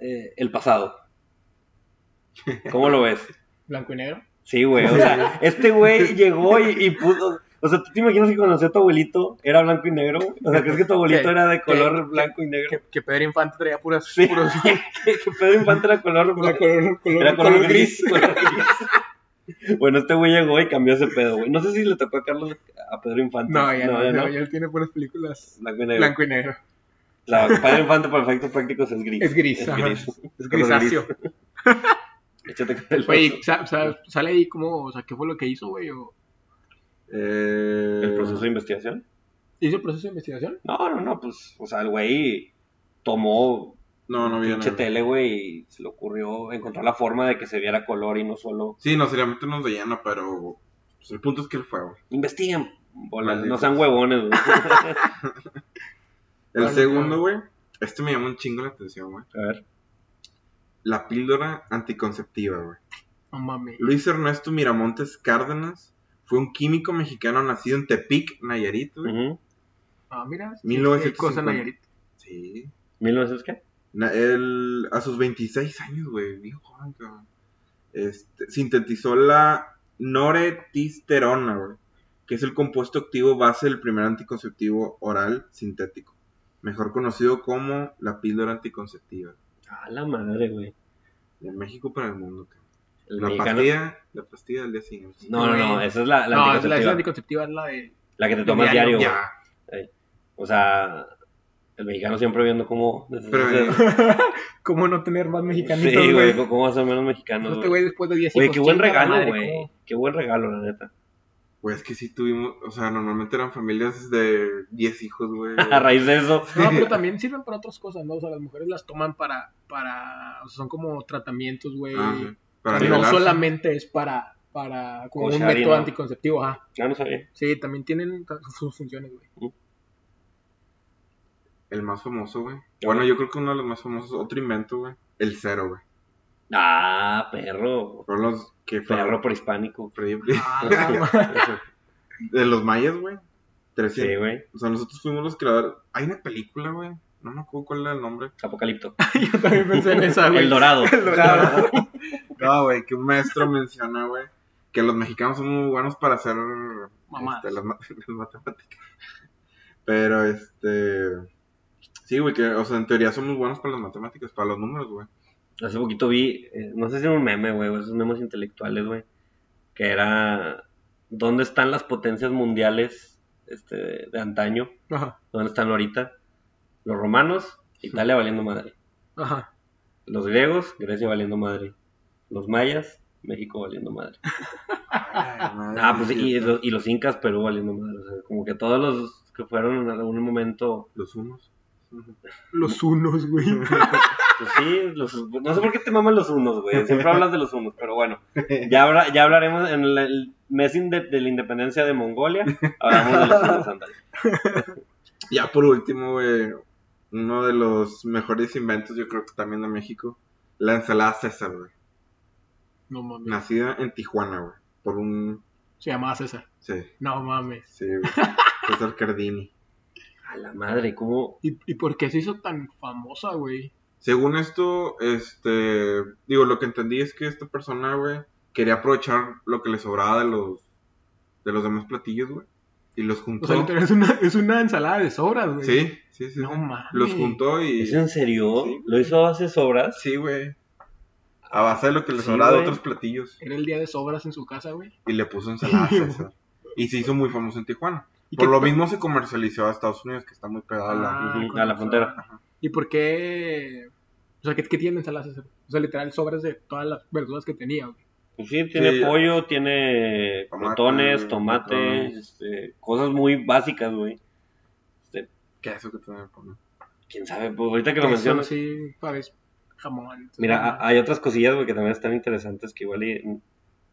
eh, el pasado? ¿Cómo lo ves?
¿Blanco y negro?
Sí, güey, o sea, este güey llegó y, y puso... O sea, ¿tú te imaginas que conoció a tu abuelito? ¿Era blanco y negro? O sea, ¿crees que tu abuelito
Que-
era de
que-
color
que-
blanco y negro?
Que, que Pedro Infante traía puras.
Sí.
puros- (laughs)
Que Pedro Infante era color
color,
blanco.
color,
Era
color gris.
color
(laughs)
gris. bueno, este güey llegó y cambió ese pedo, güey. No sé si le tocó a Carlos a Pedro Infante.
No, ya no, no, ya él tiene puras películas
Blanco y negro.
blanco y negro.
La, Pedro Infante para efectos prácticos es gris.
Es gris,
Es
ajá.
gris. (laughs)
Es grisáceo.
Échate con el
Oye,
oso.
sa- sa- sale ahí como, o sea, ¿qué fue lo que hizo, güey? O-
Eh,
¿El proceso de investigación?
¿Hizo el proceso de investigación?
No, no, no, pues, o sea, el güey tomó
No, no viene.
pinche tele, güey, y se le ocurrió encontrar la forma de que se viera color y no solo
Sí, no sería meternos de lleno, pero pues, el punto es que él fue, güey.
investiguen, bolas, no
Malditos.
sean huevones,
(laughs)
güey.
El
Vale,
segundo, güey, este me llamó un chingo la atención, güey.
A ver.
La píldora anticonceptiva, güey.
No mames.
Luis Ernesto Miramontes Cárdenas fue un químico mexicano nacido en Tepic, Nayarit, güey.
Ujú.
Ah, mira. sí,
1950.
qué cosa, Nayarit.
Sí.
¿1900 qué?
Na- él, a sus 26 años, güey, bien joven, cabrón. Este, sintetizó la noretisterona, güey, que es el compuesto activo base del primer anticonceptivo oral sintético, mejor conocido como la píldora anticonceptiva.
A la madre, güey.
De México para el mundo, cabrón.
El
La
mexicano-
pastilla, la pastilla del día siguiente.
No, no, no, esa es la, la
no, es la,
anticonceptiva,
es
la,
la anticonceptiva, es la de.
que te tomas diario,
diario,
güey. O sea, el mexicano siempre viendo cómo... (laughs)
Pero,
¿Cómo no tener más mexicanitos,
sí,
eh, güey?
güey, cómo hacer menos mexicanos, güey.
Este güey después de 10
Güey,
hijos,
qué buen
chinga la
regalo,
madre,
güey.
¿cómo?
Qué buen regalo, la
(laughs)
neta.
Pues es que sí tuvimos, o sea, normalmente eran familias de 10 hijos, güey.
(laughs) A raíz de eso,
No, pero también sirven para otras cosas, ¿no? O sea, las mujeres las toman para, para, o sea, son como tratamientos, güey.
Ah, sí.
O
Para
sea, no
nivelarse.
solamente es para, para como un
Cochar y
método
no.
anticonceptivo, ajá.
ya no sabía.
Sí, también tienen sus funciones, güey.
El más famoso, güey. Bueno, yo creo que uno de los más famosos, otro invento, güey. El cero, güey.
Ah, perro.
Fueron los que
Perro
fueron
(laughs)
prehispánico.
pre-
Ah,
(laughs) de los mayas, güey.
Sí,
300.
güey.
O sea, nosotros fuimos los creadores. Hay una película, güey. No me acuerdo cuál era el nombre.
Apocalipto.
(laughs) yo también pensé en esa, güey.
El dorado.
dorado.
No, güey, que un maestro (laughs) menciona, güey, que los mexicanos son muy buenos para hacer
Mamadas.
este, las, ma- (laughs) las matemáticas. Pero, este... Sí, güey, que, o sea, en teoría somos buenos para las matemáticas, para los números, güey.
Hace poquito vi, eh, no sé si era un meme, güey, o esos memes intelectuales, güey, que era, ¿dónde están las potencias mundiales este, de antaño?
Ajá,
¿Dónde están ahorita? Los romanos, Italia valiendo madre.
ajá.
Los griegos, Grecia valiendo madre. Los mayas, México valiendo madre. Ah, pues y, los- y los incas, Perú valiendo madre. O sea, como que todos los que fueron en algún momento,
Los unos.
Los unos, güey.
pues sí, los, no sé por qué te maman los unos, güey. Siempre hablas de los unos, pero bueno. Ya, habrá- ya hablaremos en el, el mes inde- de la independencia de Mongolia. Hablamos de los unos, ándale.
Ya por último, güey, uno de los mejores inventos, yo creo que también de México, la ensalada César, güey.
No mames.
Nacida en Tijuana, güey. Por un.
Se llamaba César.
Sí,
No mames.
sí, güey. César Cardini.
A la madre, ¿cómo?
¿Y, y por qué se hizo tan famosa, güey?
Según esto, este. Digo, lo que entendí es que esta persona, güey, quería aprovechar lo que le sobraba de los. De los demás platillos, güey. Y los
O
juntó.
sea, literal, es una, es una ensalada de sobras, güey.
sí, sí, sí.
No
sí.
mames.
Los juntó y.
¿Es en serio?
Sí.
¿Lo hizo hace sobras?
Sí, güey. A base de lo que le
Sí,
sobraba de
güey.
otros platillos.
Era el día de sobras en su casa, güey.
y le puso ensalada César. Y se hizo muy famoso en Tijuana.
¿Y
Por
qué-
lo mismo se comercializó a Estados Unidos, que está muy pegado a la...
Ah,
Ujú,
con
a la
razón.
frontera.
¿Y por qué? O sea, ¿qué, qué tiene ensalada César? O sea, literal, sobras de todas las verduras que tenía, güey.
Pues sí, tiene
Sí.
pollo, tiene
Tomate,
protones, tomate,
protones.
este, cosas muy básicas, güey.
¿Qué es eso que te voy a poner?
Quién sabe, pues ahorita que lo
Queso,
mencionas.
Sí, paves, jamón.
Mira,
etcétera.
a- hay otras cosillas, güey, que también están interesantes, que igual y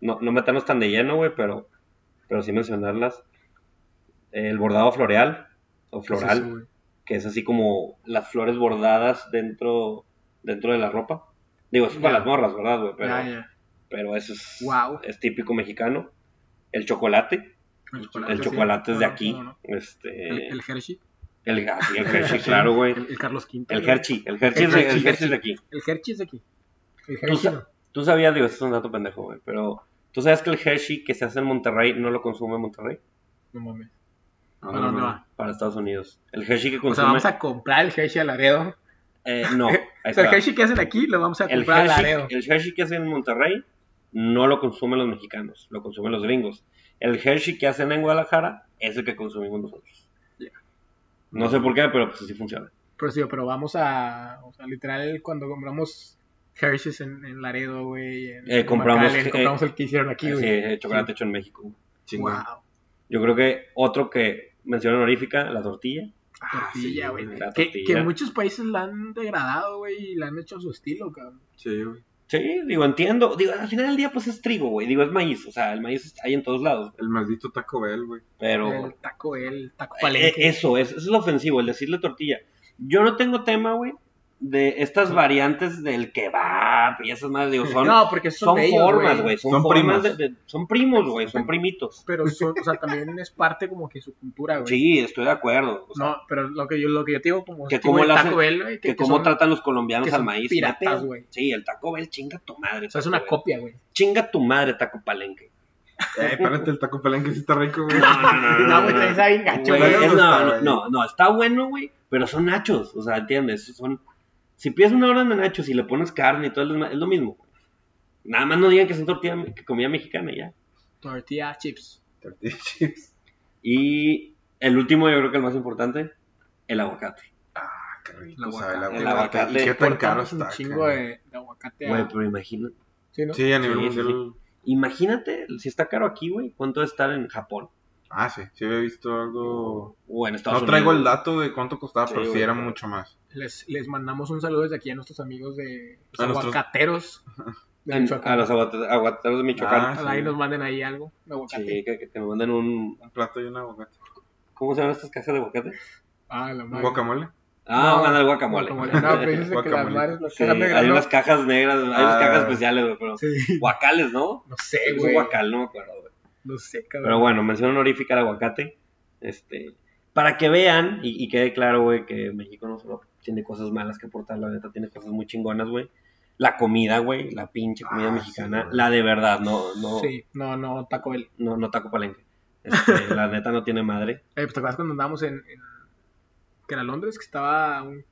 no, no meternos tan de lleno, güey, pero, pero sí mencionarlas. El bordado floreal, o
¿Qué es
floral,
Pues eso, güey?
que es así como las flores bordadas dentro, dentro de la ropa. Digo, eso es para
Ya.
las morras, ¿verdad, güey? Pero,
ya, ya.
pero eso es,
Guau.
es típico mexicano. El chocolate,
El
el
sí.
chocolate es de
No,
aquí.
no, no.
Este,
El, el Hershey.
el- ah,
(laughs)
sí, el Hershey, claro, güey.
El, el Carlos V.
El
güey.
Hershey, el Hershey,
El
es de-
Hershey,
el Hershey es de
Hershey.
aquí.
El Hershey es de aquí. El
Tú,
Hershey.
sa-
no.
tú sabías, digo, esto es un dato pendejo, güey, pero tú sabes que el Hershey que se hace en Monterrey no lo consume en Monterrey.
No mames.
¿A
¿Para dónde va?
para Estados Unidos. El Hershey que
O sea,
Ah, consume.
vamos a comprar el Hershey a Laredo.
eh,
(laughs)
no, ahí
O sea,
está.
el Hershey que hacen aquí lo vamos a
el
comprar a
Hershey,
Laredo.
el Hershey que hacen en Monterrey no lo consumen los mexicanos, lo consumen los gringos. El Hershey que hacen en Guadalajara es el que consumimos nosotros.
Ya.
No sé por qué, pero pues así funciona.
Pero sí, pero vamos a. O sea, literal, cuando compramos Hershey's en, en Laredo, güey. en-
Eh,
en
compramos-
McAllen,
eh,
compramos el que hicieron aquí,
Así,
güey.
eh, chocolate hecho en México. güey.
Chingón.
Wow.
Yo creo que otro que menciona honorífica, la tortilla.
Ah, tortilla,
sí,
güey.
güey,
la
Que,
tortilla.
que muchos países la han degradado, güey, y la han hecho a su estilo, cabrón.
Sí, güey.
Sí, digo, entiendo. Digo, al final del día, pues es trigo, güey. Digo, es maíz. O sea, el maíz hay en todos lados.
El maldito Taco Bell, güey.
Pero
El taco, el taco
Eh,
palenque.
Eso, es, eso es lo ofensivo, el decirle tortilla. Yo no tengo tema, güey, de estas variantes del kebab y esas más, digo, eh, son,
no, porque son,
son
de ellos,
formas, güey, son,
Son
formas
primos.
de- de- son primos, güey, son primitos.
Pero, son- o sea, también es parte como que su cultura, güey.
Sí, estoy de acuerdo. o sea,
No, pero lo que yo, lo que yo te digo como
Que
tipo
cómo
el
lo
Taco
hacen-
Bell, güey,
que,
que, que
cómo
son-
tratan los colombianos
que
al
son
maíz.
piratas,
¿qué pedo?
güey.
Sí, el Taco Bell, chinga tu madre.
o sea, es
Taco
una
Bell.
copia, güey.
Chinga tu madre, Taco Palenque.
Eh, espérate, el Taco Palenque sí está rico, güey.
(laughs) No, güey, también sabe bien gacho,
Güey,
Bueno,
es-
güey.
no
no, no,
está, güey.
no, no, está bueno, güey, pero son nachos, o sea, ¿entiendes? Son, si pides una hora de nachos y le pones carne y todo, lo demás, es lo mismo. Nada más no digan que son tortilla, que comida mexicana y ya.
Tortilla chips.
(laughs) Tortilla chips.
Y el último, yo creo que el más importante, el aguacate.
Ah, qué rico,
El
sabe el
aguacate.
El
aguacate.
aguacate.
Y qué tan caro
Cortamos
está.
un chingo
cabrón.
de, de aguacate.
Güey,
a-
pero imagina,
Sí, ¿no?
Sí, a nivel
Sí, sí,
mundial.
imagínate, si está caro aquí, güey, ¿cuánto debe estar en Japón?
Ah, sí, sí había visto algo.
O en Estados
No traigo el
Unidos.
dato de cuánto costaba,
Sí,
pero sí
güey.
era mucho más.
Les, les mandamos un saludo desde aquí a nuestros amigos de los
A nuestros-
aguacateros. De
En-
Michoacán.
a los aguate- aguateros de Michoacán.
Ah,
Ojalá
sí.
y nos manden ahí algo de aguacate.
Sí, que, que te mandan un...
Un plato y un aguacate.
¿Cómo se llaman estas cajas de aguacate?
Ah, la
¿Un
madre.
guacamole?
Ah,
No,
mandan guacamole.
No,
(laughs)
pero dices que las
Guacamole.
madres las
Sí,
cajas negras,
hay
¿no?
unas cajas negras, hay unas
Ah.
cajas especiales, güey, pero...
Sí.
Guacales, ¿no?
No sé,
Es un
güey.
guacal, no me acuerdo, güey.
No sé,
Pero
cabrón.
bueno, mención honorífica al aguacate. Este, para que vean y, y quede claro, güey, que México no solo tiene cosas malas que aportar, la neta tiene cosas muy chingonas, güey. La comida, güey, la pinche comida
Ah, sí,
mexicana,
güey.
la de verdad, no, no,
Sí, no, no, Taco Bell. Eh,
no, no taco palenque. Este, (laughs) la neta no tiene madre.
pues, ¿Te acuerdas cuando andábamos en, en- que era Londres? Que estaba un-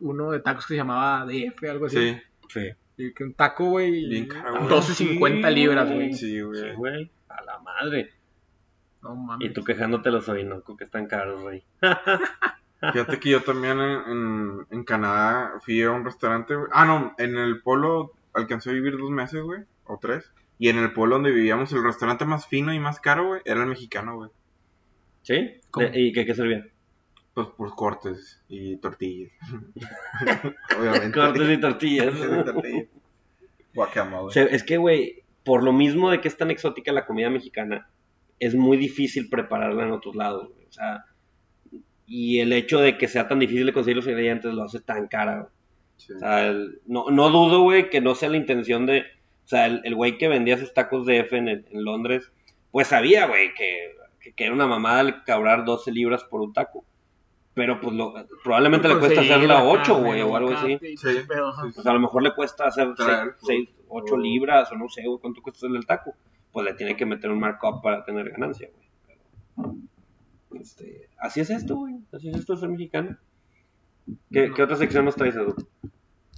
uno de tacos que se llamaba DF, algo así.
Sí.
Sí,
Y que un taco, güey.
Bien caro, güey.
12.50 libras,
Sí,
güey.
Sí,
sí,
güey.
güey, a la madre.
No mames.
Y tú quejándote los orinoco que están caros, güey.
Fíjate que yo también en, en- en Canadá fui a un restaurante, güey. Ah, no, en el polo alcancé a vivir dos meses, güey, o tres. Y en el polo donde vivíamos, el restaurante más fino y más caro, güey, era el mexicano, güey.
¿Sí?
¿Cómo?
¿Y qué, qué servía?
Pues por cortes y tortillas. (laughs) Obviamente.
Cortes y
(laughs)
tortillas.
Cortes y tortillas. Guacamole.
Se- es que, güey, por lo mismo de que es tan exótica la comida mexicana, es muy difícil prepararla en otros lados, güey. O sea, y el hecho de que sea tan difícil de conseguir los ingredientes lo hace tan cara, güey.
Sí.
O sea, el- no, no dudo, güey, que no sea la intención de... O sea, el el güey que vendía sus tacos de F en, el- en Londres, pues sabía, güey, que, que, que era una mamada el cobrar 12 libras por un taco. Pero pues lo- probablemente le cuesta
Conseguir
hacerla
Pues la
8,
carne,
güey, o algo así.
aguacate y
Sí,
todo pedo, ajá.
sí, sí.
Pues a lo mejor le cuesta hacer
Traer,
6,
pues,
8
o-
libras o no sé, güey, cuánto cuesta el taco. Pues le tiene que meter un markup para tener ganancia, güey. Pero, Este, así es esto, güey. Así es esto ser mexicano. ¿Qué, qué otra sección nos traes, Edu?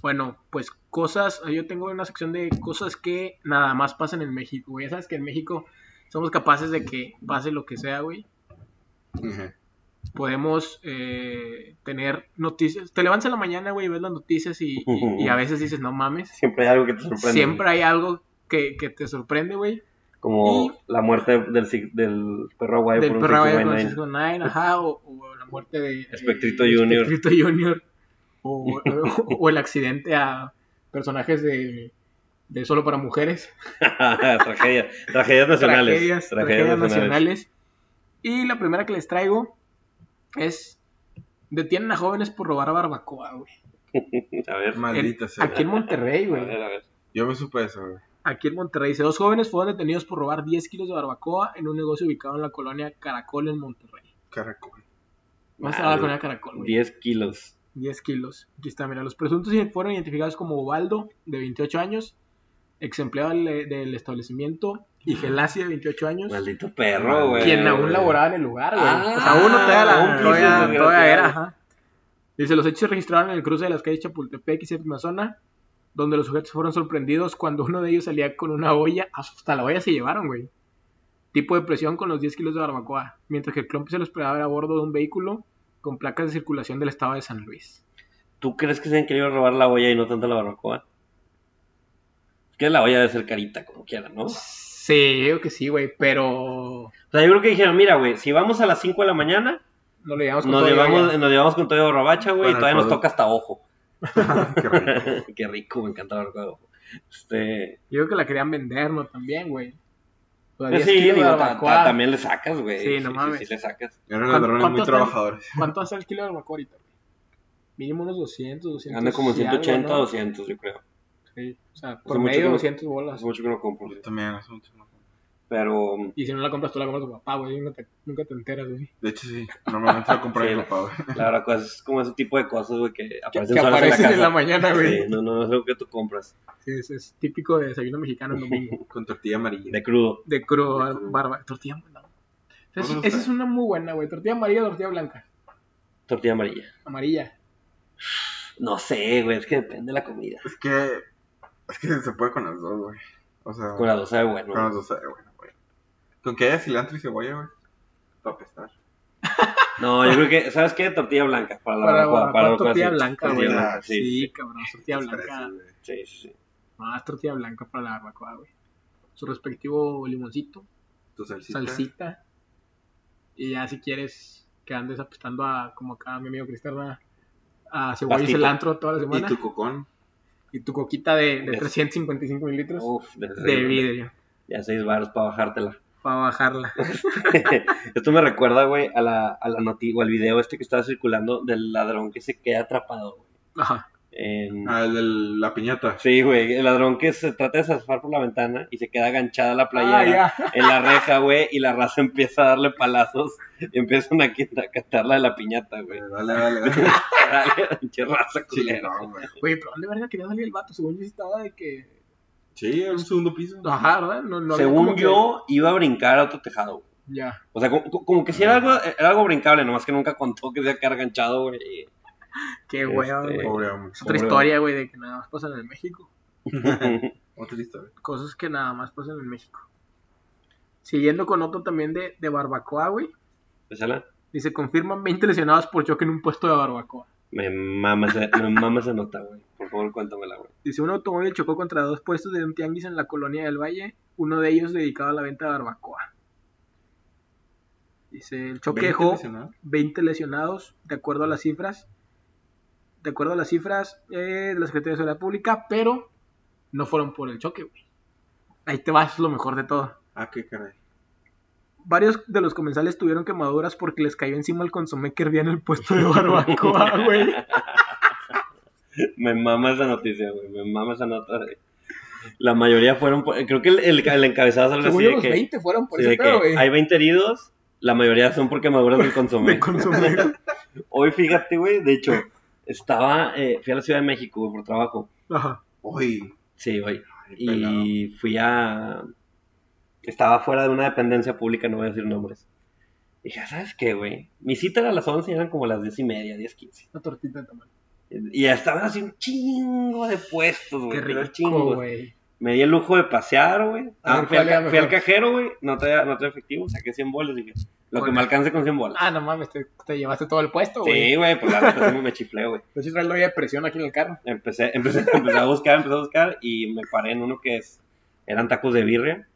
Bueno, pues cosas, yo tengo una sección de cosas que nada más pasan en México, güey. Ya sabes que en México somos capaces de que pase lo que sea, güey.
Ujú.
Podemos eh, tener noticias. Te levantas en la mañana, güey, y ves las noticias y, y- y a veces dices, no mames.
Siempre hay algo que te sorprende.
Siempre hay algo que, que te sorprende, güey.
güey. Como
Y-
la muerte del, sig- del perro aguayo
Del
por un
perro Aguayo con
629.
Cisco Nine, ajá, o, o la muerte de... de
Espectrito Junior.
Espectrito Junior.
(laughs)
O, o- o el accidente a personajes de, de Solo para Mujeres.
(laughs) tragedias, tragedias nacionales.
tragedias, tragedias nacionales. Y la primera que les traigo es detienen a jóvenes por robar barbacoa, güey.
A ver,
Maldita sea.
Aquí en
(laughs)
Monterrey,
a ver,
güey.
a ver.
Yo me supe eso, güey.
Aquí en Monterrey. Dice, dos jóvenes fueron detenidos por robar 10 kilos de barbacoa en un negocio ubicado en la colonia Caracol en Monterrey.
Caracol.
Vamos
Madre.
a la colonia Caracol, güey.
10 kilos.
10 kilos. Aquí está, mira, los presuntos fueron identificados como Ubaldo, de 28 años, ex empleado del, del establecimiento, y Gelacia, 28 años.
Maldito perro, güey.
Quien aún
güey.
laboraba en el lugar, güey.
Ah,
o sea, uno todavía, la-
aún
todavía-
piso,
todavía era,
desgraciado.
ajá. Dice, los hechos se registraron en el cruce de las calles Chapultepec y Séptima Zona, donde los sujetos fueron sorprendidos cuando uno de ellos salía con una olla, hasta la olla se llevaron, güey. Tipo de presión con los 10 kilos de barbacoa, mientras que el clompe se lo esperaba a bordo de un vehículo con placas de circulación del estado de San Luis.
¿Tú crees que se han querido robar la olla y no tanto la barbacoa? Es que la olla debe ser carita, como quiera, ¿no? O
Sí, yo digo que sí, güey, pero
sea, yo creo que dijeron, mira, güey, si vamos a las 5 de la mañana,
no lo llevamos con
nos
todo y olla.
llevamos, nos llevamos con todo de borracha, güey, y
Con el
todavía nos
producto.
toca hasta ojo. (laughs)
(laughs) (laughs) Qué rico.
Qué rico, me encanta la barbacoa de ojo. Este,
Yo creo que la querían vender, ¿no? También, güey. O sea,
Eh, pues sí,
10 kilos de
digo, ta- ta-
barbacoa.
también le sacas, güey.
Sí, no mames.
Sí, le sacas.
Eran
¿Cuánto-
ladrones
cuánto
muy
están?
trabajadores.
¿Cuánto hace el kilo de barbacoa ahorita? güey? Mínimo unos 200, 200.
Anda como
y algo,
180,
¿no?
200, yo creo.
Sí, o sea,
mucho
por medio
que no-
200 bolas.
Hace mucho que no compro.
Yo también, hace mucho no como.
Pero,
(laughs)
um,
Y si no la compras tú, la compras tu papá, güey. Nunca te, nunca te enteras, güey.
De hecho, sí. Normalmente lo compré
Sí,
mi
la-
papá, güey.
la barbacoa es como ese tipo de cosas, güey, que
Que,
aparecen
que
solas
aparecen en
en
la
la casa.
mañana,
Sí,
güey.
no, no, no es algo que tú compras.
Sí, es, es típico de desayuno mexicano el domingo.
Con tortilla amarilla.
De crudo.
De crudo,
De crudo.
barba. Tortilla amarilla.
¿No
Esa
les
es-
gusta?
esa es una muy buena, güey. Tortilla amarilla, tortilla blanca.
Tortilla amarilla.
Amarilla.
No sé, güey, es que depende de la comida.
Es que. Es que se puede con las dos, güey. O sea,
Con la dosa de bueno.
con las dos, eh, bueno, güey. Con que haya cilantro y cebolla, güey. Para apestar.
No, yo creo que, ¿sabes qué? Tortilla blanca. Para la
Para
barbacoa,
barbacoa,
para la barbacoa,
tortilla
sí.
blanca,
Tortilla
güey.
blanca,
Sí,
sí.
cabrón. Tortilla
Esas
blanca.
fresas, güey.
Sí, sí, sí.
Más tortilla blanca para la barbacoa, güey. Su respectivo limoncito.
Tu salsita.
salsita. Y ya si quieres que andes apestando a, como acá mi amigo Cristian, a cebolla y
Pastito.
cilantro toda la
Y
semana.
tu cocón.
Y tu coquita de, de
Es-
355 mililitros
Uf, de,
de vidrio
Ya seis baros para bajártela. (laughs)
para bajarla. (laughs)
Esto me recuerda, güey, a la, a la noti- o al video este que estaba circulando del ladrón que se queda atrapado, güey.
Ajá.
En-
Ah, el de la piñata.
Sí, güey, el ladrón que se trata de zafar por la ventana y se queda aganchada a la playera.
Ah, ya.
en la reja, güey, y la raza (laughs) empieza a darle palazos y empiezan a quit- a cantarla de la piñata, güey.
(laughs) Dale, dale, dale.
Dale, pinche (laughs) raza culera.
Chingón, güey.
Güey, pero ¿dónde verga quería salir el vato? Según yo estaba de que...
Sí, era un segundo piso.
Ajá, ¿verdad? No, no había como
Según
que-
yo, iba a brincar a otro tejado. güey.
Ya.
O sea, como, como que si era algo, era algo brincable, nomás que nunca contó que se había quedado enganchado, güey.
(laughs)
y-
Qué hueva,
Este,
güey.
Pobre hombre.
Es otra
pobre-
historia, güey, de que nada más pasan en México.
Otra historia.
Cosas que nada más pasan en México. Siguiendo con otro también de, de barbacoa, güey.
Pásala.
Y se confirman 20 lesionados por choque en un puesto de barbacoa.
Me mama esa, me mama esa nota, güey. Por favor, cuéntamela, güey.
Dice, un automóvil chocó contra dos puestos de un tianguis en la colonia del Valle, uno de ellos dedicado a la venta de barbacoa. Dice, el choque
¿Veinte
dejó
lesionados?
20 lesionados, de acuerdo a las cifras, de acuerdo a las cifras eh, de la Secretaría de Seguridad Pública, pero no fueron por el choque, güey. Ahí te vas, lo mejor de todo.
Ah, qué caray.
Varios de los comensales tuvieron quemaduras porque les cayó encima el consomé que hervía en el puesto
(laughs)
de barbacoa, güey.
Me mama esa noticia, güey. Me mama esa nota. güey. La mayoría fueron. por- Creo que el, el, el encabezado salió
Según
así
yo,
de
los
que.
20 fueron por
sí,
ese
de
pedo,
que
güey.
hay 20 heridos, la mayoría son por quemaduras del
(laughs)
consomé.
De consumir.
(laughs) Hoy, fíjate, güey, de hecho, estaba, eh, fui a la Ciudad de México güey, por trabajo.
Ajá.
Uy.
Sí, güey.
pelado.
Y fui a... Estaba fuera de una dependencia pública, no voy a decir nombres. Y dije, ¿sabes qué, güey? Mi cita era a las 11 y eran como las 10 y media, 10, 15.
Una tortita de tamal.
Y ya estaban así un chingo de puestos, güey.
Qué
pero
rico,
chingos.
güey.
Me di el lujo de pasear, güey.
A
Ah,
ver,
fui, al,
¿cuál era
ca- fui al
mejor?
cajero, güey. No traía, no traía efectivo, saqué 100 bolas. Dije, lo que
Bueno.
me alcance con 100 bolas.
Ah, no mames, te, te llevaste todo el puesto, güey. Pues
Sí, güey, pues la neta sí me chiflé, güey.
De hecho, traes la olla de presión aquí en el carro.
Empecé, (laughs) empecé, empecé a buscar, empecé a buscar y me paré en uno que es, eran tacos de birria.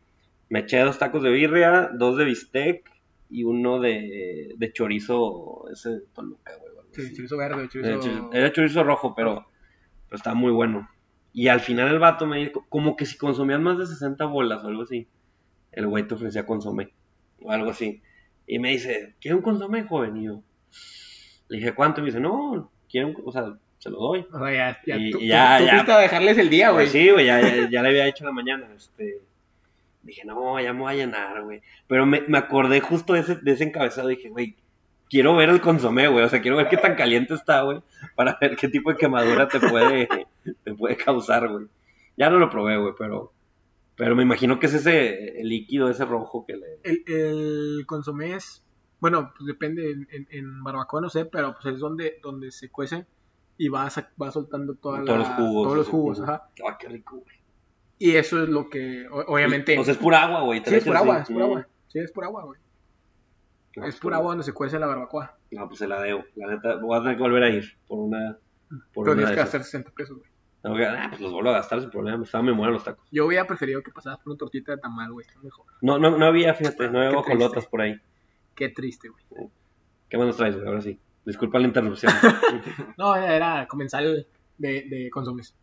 Me eché dos tacos de birria, dos de bistec y uno de, de chorizo, ese de Toluca, güey. o algo
Sí,
así.
chorizo verde,
Era
chorizo...
chorizo- Era chorizo rojo, pero, pero estaba muy bueno. Y al final el vato me dijo, como que si consumían más de 60 bolas o algo así, el güey te ofrecía consomé o algo así. Y me dice, ¿quiere un consomé, joven? Y yo, le dije, ¿cuánto? Y me dice, no, quiero un- o sea, se lo doy.
O sea, ya, ya,
Y-
tú,
y ya,
tú- tú
ya.
fuiste a dejarles el día, güey.
Pues sí, güey, ya, ya- ya le había hecho en la mañana. Este, dije, no, ya me voy a llenar, güey. Pero me, me acordé justo de ese, de ese encabezado. Dije, güey, quiero ver el consomé, güey. O sea, quiero ver qué tan caliente está, güey. Para ver qué tipo de quemadura te puede, te puede causar, güey. Ya no lo probé, güey, pero, Pero me imagino que es ese el líquido, ese rojo que le...
El, el consomé es, bueno, pues depende, en, en- en barbacoa no sé, pero pues es donde, donde se cuece y va, sa- va soltando toda
todos
la-
los jugos.
Todos los
ese
jugos,
jugo.
ajá.
Ah, qué rico, güey.
Y eso es lo que, o- obviamente...
O sea, es pura agua, güey. te
sí,
la
es por
echas
agua,
así.
es por agua. Sí, es por agua, güey.
No,
Es por agua donde se cuece la barbacoa.
Mm. No, pues se la debo. La neta, voy a tener que volver a ir por una... Por una
Pero tienes
de
que
esas.
gastar 60 pesos, güey.
Tengo que- Ah, pues los vuelvo a gastar sin problema. Estaba me mueren los tacos.
Yo hubiera preferido que pasaras por una tortita de tamal, güey. está Mejor.
No, no, no había, fíjate, no había
Ah, Qué
bajolotas
triste.
por ahí.
Qué triste, güey.
¿Qué más nos traes, güey? Ahora sí. Disculpa la
(laughs)
interrupción.
No, era, era comensal de, de consomés.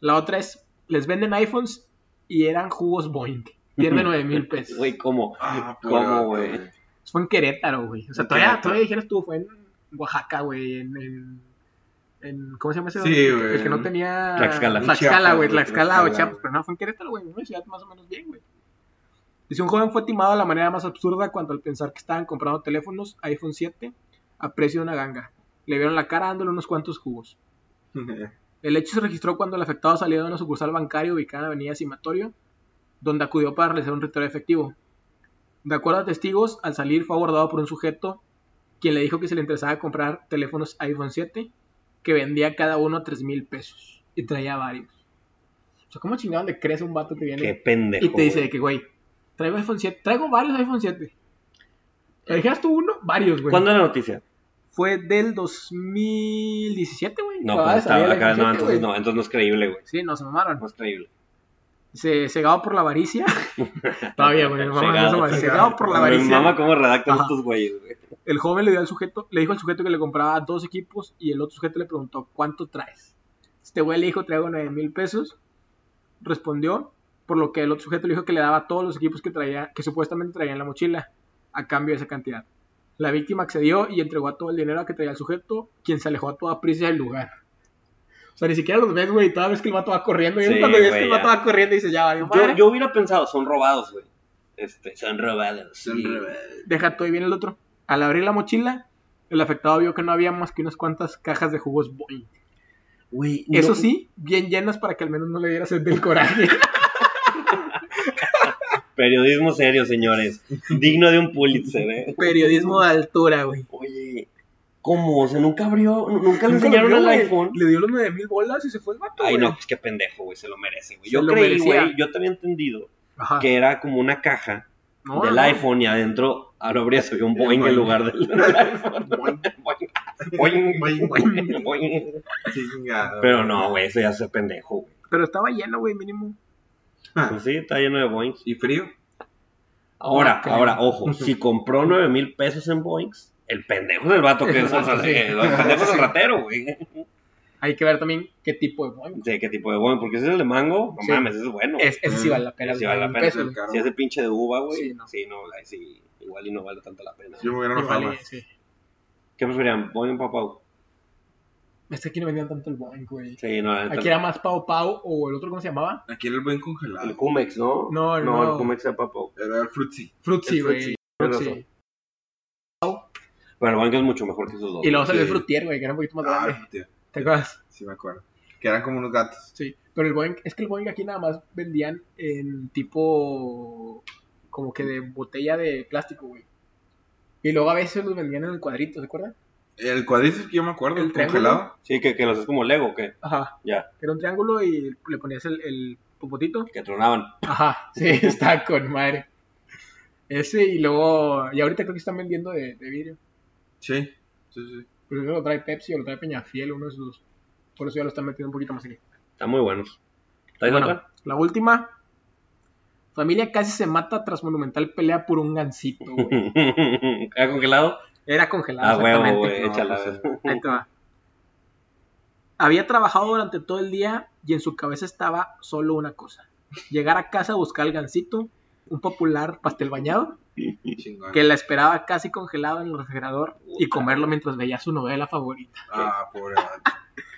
La otra es, les venden iPhones y eran jugos Boeing. Pierde 9 mil pesos.
Güey, ¿cómo?
Ah,
¿Cómo,
pobre vato,
güey?
Eso Fue en Querétaro, güey. O sea,
En
todavía,
Querétaro.
todavía dijeras tú, fue en Oaxaca, güey. En, en, en- ¿Cómo se llama ese?
Sí,
el, que-
güey.
el que no tenía...
Tlaxcala.
Tlaxcala, güey.
Chiapas, güey,
Tlaxcala o
Tlaxcala.
Chiapas. Pero no, fue en Querétaro, güey. Una ciudad más o menos bien, güey. Dice, un joven fue timado de la manera más absurda cuando al pensar que estaban comprando teléfonos iPhone 7 a precio de una ganga. Le vieron la cara dándole unos cuantos jugos.
(laughs)
El hecho se registró cuando el afectado salió de una sucursal bancaria ubicada en Avenida Cimatorio, donde acudió para realizar un ritual efectivo. De acuerdo a testigos, al salir fue abordado por un sujeto quien le dijo que se le interesaba comprar teléfonos iPhone 7 que vendía cada uno a 3 mil pesos y traía varios. O sea, ¿cómo chingado le crees a un vato que
Qué
viene
pendejo.
y te dice
güey.
de que, güey, traigo iPhone 7, traigo varios iPhone 7? ¿Le dijeras tú uno? Varios, güey.
¿Cuándo era la noticia?
Fue del 2017, güey.
No,
Acababa de
pues
salir
estaba
el
acá,
iPhone
no,
7,
entonces
güey.
no, entonces no es creíble, güey.
Sí, no, se mamaron.
No es creíble.
Se, cegado por la avaricia. Todavía, güey. mamá,
Cegado,
eso, güey,
cegado.
Cegado por la
Güey,
Mi
avaricia.
mamá cómo redactan
Ajá.
estos güeyes, güey.
El joven le dio al sujeto, le dijo al sujeto que le compraba dos equipos y el otro sujeto le preguntó, ¿cuánto traes? Este güey le dijo, traigo 9 mil pesos. Respondió, por lo que el otro sujeto le dijo que le daba todos los equipos que traía, que supuestamente traía en la mochila, a cambio de esa cantidad. La víctima accedió y entregó a todo el dinero que traía el sujeto, quien se alejó a toda prisa del lugar. O sea, ni siquiera los ves, güey, toda vez que el vato va corriendo. Y es
Sí,
cuando ves que
güey,
el
ya.
vato va corriendo y dice, ya, valió madre.
Yo, yo hubiera pensado, son robados, güey. Este, son robados. sí. (laughs)
Deja todo y viene el otro. Al abrir la mochila, el afectado vio que no había más que unas cuantas cajas de jugos Boing.
Güey,
Eso
no-
sí, bien llenas para que al menos no le diera sed
(laughs)
del coraje.
Periodismo serio,
(laughs)
señores. Digno de un Pulitzer, eh.
Periodismo de altura, güey.
Oye, ¿cómo? O sea, nunca abrió, nu- nunca le
Nunca
enseñaron
lo
el
vio, güey.
iPhone.
Le dio los 9000 bolas y se fue el vato.
Ay,
güey.
no, pues qué pendejo, güey, se lo merece, güey.
Se
Yo
lo
creí,
merecía.
güey, yo te había entendido
Ajá.
que era como una caja
No,
del
no.
iPhone y adentro ahora habría subido un
El
Boeing en
Boeing.
lugar del, del iPhone. Boeing, (laughs) Boeing,
Boeing,
Boeing, Boeing.
Chingado.
Pero no, güey, eso ya se pendejo, güey.
Pero estaba lleno, güey, mínimo.
Ah,
Pues sí, está lleno de Boeings.
¿Y frío?
Ahora,
Ah, Ok.
ahora, ojo, si compró nueve mil pesos en Boeings, el pendejo del vato que es, o sea,
Sí.
el pendejo es el
Sí.
ratero, güey.
Hay que ver también qué tipo de Boing.
De qué tipo de Boeing, porque si es el de mango, no
Sí.
mames, ese es bueno.
Es, ese sí
Mm.
vale la pena.
Sí vale la
9000
pena,
pesos,
sí,
güey.
Si es de pinche de uva, güey,
Sí,
sí,
no.
no, ay, sí, igual y no vale tanto la pena.
Yo me hubiera
Y
enojado
vale,
más.
sí.
¿Qué preferían, Boeing o Pau Pau?
Es que Este aquí no vendían tanto el Boing, güey.
Sí, no, la neta,
Aquí era más Pau Pau o el otro, ¿cómo se llamaba?
Aquí era el buen
El
congelado.
Cumex, ¿no?
No, no.
el Cumex era Pau Pau.
Era el frutzi.
Fruitsy,
El
güey.
Fruitsy.
Tienes
Fruitsy.
razón. Pero el Boeing es mucho mejor que esos dos.
Y luego salió el
Sí.
Frutier, güey, que era un poquito más
Ah,
grande.
el frutzi.
¿Te acuerdas?
Sí, me acuerdo. Que eran como unos gatos.
Sí. Pero el Boeing, es que el Boeing aquí nada más vendían en tipo. como que de botella de plástico, güey. Y luego a veces los vendían en el cuadrito, ¿te acuerdas?
El cuadriceps que yo me acuerdo,
El
el congelado.
Sí, que, que los es como Lego, ¿o qué?
Ajá.
Ya,
Era un triángulo y le ponías el, el popotito.
que tronaban.
Ajá. (laughs) Sí, está con madre. Ese y luego. Y ahorita creo que están vendiendo de, de vidrio.
Sí. Sí, sí.
Pero eso lo trae Pepsi o lo trae Peñafiel, uno de esos dos. Por eso ya lo están metiendo un poquito más aquí.
Están muy buenos. ¿Traes
Bueno,
otra? (laughs)
La última. Familia casi se mata tras monumental pelea por un gancito,
(laughs)
güey.
¿Era
(laughs)
congelado?
Era congelado.
Ah, huevo,
exactamente.
güey,
No,
échala.
pues,
güey.
Ahí te va. Había trabajado durante todo el día y en su cabeza estaba solo una cosa. Llegar a casa a buscar el gancito, un popular pastel bañado,
eh.
(laughs) Chingón.
que la esperaba casi congelado en el refrigerador y comerlo mientras veía su novela favorita.
Ah, pobre vato.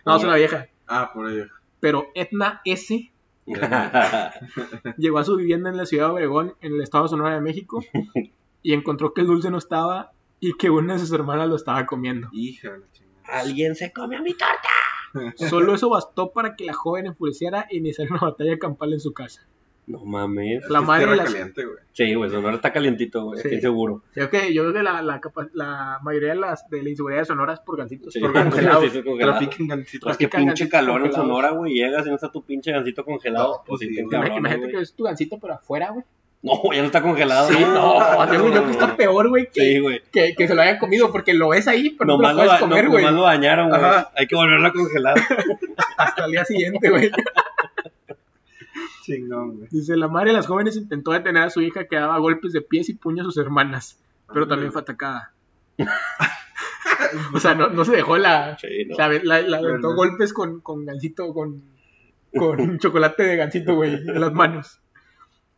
No, es una vieja.
Ah, pobre viejo.
Pero Etna S. Llegó a su vivienda en la ciudad de Obregón, en el estado de Sonora
(laughs)
de México, y encontró que el dulce no estaba y que una de sus hermanas lo estaba comiendo.
Hija de la chingada.
Alguien se come a mi torta.
Solo eso bastó para que la joven enfureciera e iniciara una batalla campal en su casa.
No mames.
La
es
madre
tierra
de las-
caliente, güey.
Sí, güey, Sonora está calientito, güey,
Sí.
estoy seguro.
Sí, ok, yo creo que la, la, capa- la mayoría de, las, de la inseguridad de Sonora es por gancitos.
Sí,
por
porque (laughs)
congelados.
sí, sí, congelado.
Trafiquen gancitos.
Tras que
trafican
pinche
gancitos
calor en
congelados.
Sonora, güey, llegas y no está tu pinche gancito congelado.
No,
pues sí,
sí,
te
güey.
encabronas,
Imagínate
güey.
que es tu gancito, pero afuera, güey.
No, güey, ya no está congelado.
Sí,
güey. (laughs)
no, yo creo que está peor, güey, que,
Sí, güey.
que, que se lo hayan comido, porque lo ves ahí, pero no,
Nomás
te
lo,
lo
da-
puedes
no,
comer, güey,
nomás lo dañaron, güey.
Ajá.
Hay que volverlo a
(laughs)
congelar.
hasta el día siguiente, güey.
Chingón, güey.
Dice, la madre de las jóvenes intentó detener a su hija que daba golpes de pies y puños a sus hermanas, pero también fue atacada. (laughs) o sea, no, no se dejó la...
Sí, no.
La, la, la aventó
Bueno.
golpes con, con gancito, con,
(laughs)
con chocolate de gancito, güey, en las manos.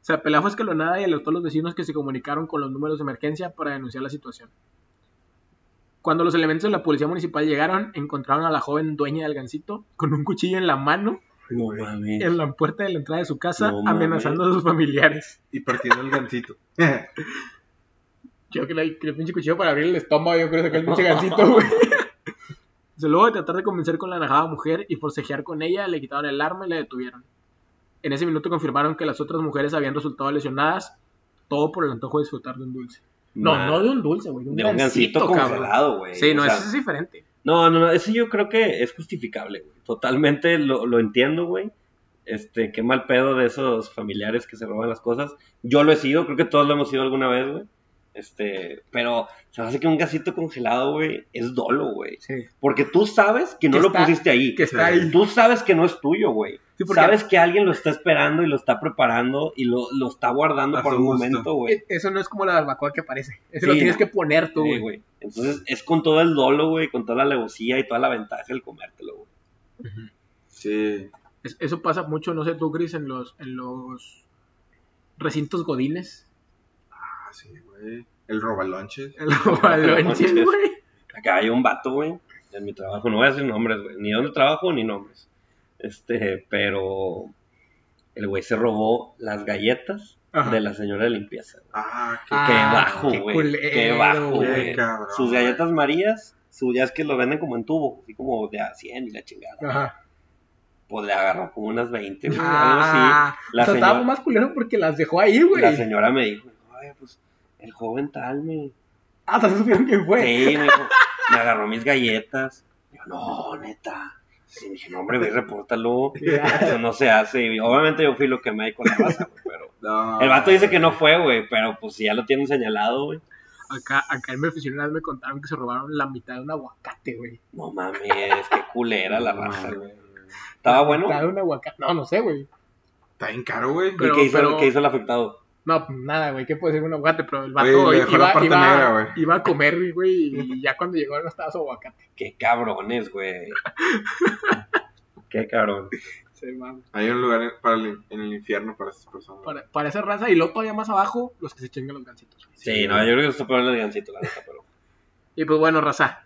O sea, Pelá fue escalonada y alertó a los vecinos que se comunicaron con los números de emergencia para denunciar la situación. Cuando los elementos de la policía municipal llegaron, encontraron a la joven dueña del gancito con un cuchillo en la mano
No mames.
en la puerta de la entrada de su casa,
No mames.
amenazando a sus familiares.
Y partiendo el gancito. (laughs)
Yo creo que le- que el pinche cuchillo para abrir el estómago, yo creo que sacar el pinche (laughs) gancito, güey. Desde luego de tratar de convencer con la enojada mujer y forcejear con ella, le quitaron el arma y la detuvieron. En ese minuto confirmaron que las otras mujeres habían resultado lesionadas, todo por el antojo de disfrutar de un dulce. No,
Ma-
no de un dulce, güey, de un,
de un gancito
cabrón.
congelado, güey.
Sí,
O
no,
sea,
eso es diferente.
No, no, no, eso yo creo que es justificable, güey. Totalmente lo, lo entiendo, güey. Este, qué mal pedo de esos familiares que se roban las cosas. Yo lo he sido, creo que todos lo hemos sido alguna vez, güey. Este, pero se me hace que un gasito congelado, güey, es dolo, güey.
Sí.
Porque tú sabes que no
Que
lo
está-
pusiste ahí.
Que está ahí.
Tú sabes que no es tuyo, güey.
Sí, porque-
sabes que alguien lo está esperando y lo está preparando y lo, lo está guardando
A
por
su
un
gusto.
momento, güey.
Eh, Eso no es como la barbacoa que aparece. Eso
Sí,
lo tienes
no.
que poner tú,
Sí,
güey.
güey. Entonces es con todo el dolo, güey, con toda la alevosía y toda la ventaja el comértelo, güey.
Sí.
Es- Eso pasa mucho, no sé tú, Gris, en los, en los recintos (laughs) godines.
Ah, sí, güey. El robalonches.
En los balonches,
Balonches.
güey.
Acá hay un vato, güey, en mi trabajo, no voy a decir nombres, güey, ni dónde trabajo ni nombres. Este, pero el güey se robó las galletas
Ajá.
de la señora de limpieza. güey.
Ah, qué,
Ah,
qué bajo,
qué
güey.
culero,
Qué bajo,
qué
güey.
cabrón.
Sus galletas marías, su, ya es que lo venden como en tubo, así como de a 100 y la chingada.
Ajá.
Pues le agarró como unas 20, güey, algo
Ah,
así.
o
La
sea,
señora,
estaba más culero porque las dejó ahí, güey.
la señora me dijo, "Oye, pues el joven tal me,
Ah, hasta se supieron quién fue. (laughs)
Sí, me dijo, me agarró mis galletas. Yo, no, neta. Y dije, no, hombre, ve, repórtalo. Eso no se hace. Y obviamente yo fui lo que me con la raza, güey, pero...
No,
El vato dice que no fue, güey, pero pues si ya lo tienen señalado, güey.
Acá, acá en Memphis una vez me contaron que se robaron la mitad de un aguacate, güey.
No mames, qué culera la
No,
raza,
mames.
güey. Estaba bueno.
La mitad de un aguacate. No, no sé, güey.
Está bien caro, güey.
¿Y
pero-
qué hizo,
pero-
qué hizo el afectado?
No, pues, nada, güey. ¿Qué puede ser un aguacate? Pero el vato
Oye, le
güey,
dejó la
iba,
parte
iba,
negra, güey.
iba a comer, güey. Y ya cuando llegó no estaba su aguacate.
Qué cabrones,
(laughs)
güey. Qué cabrón.
Se mama.
Hay un lugar en- para el, en el infierno para esas personas.
Para, para esa raza y luego todavía más abajo, los que se chingan los gancitos.
Sí, no, yo creo que está peor el gancito, la neta, pero...
Y pues bueno, raza.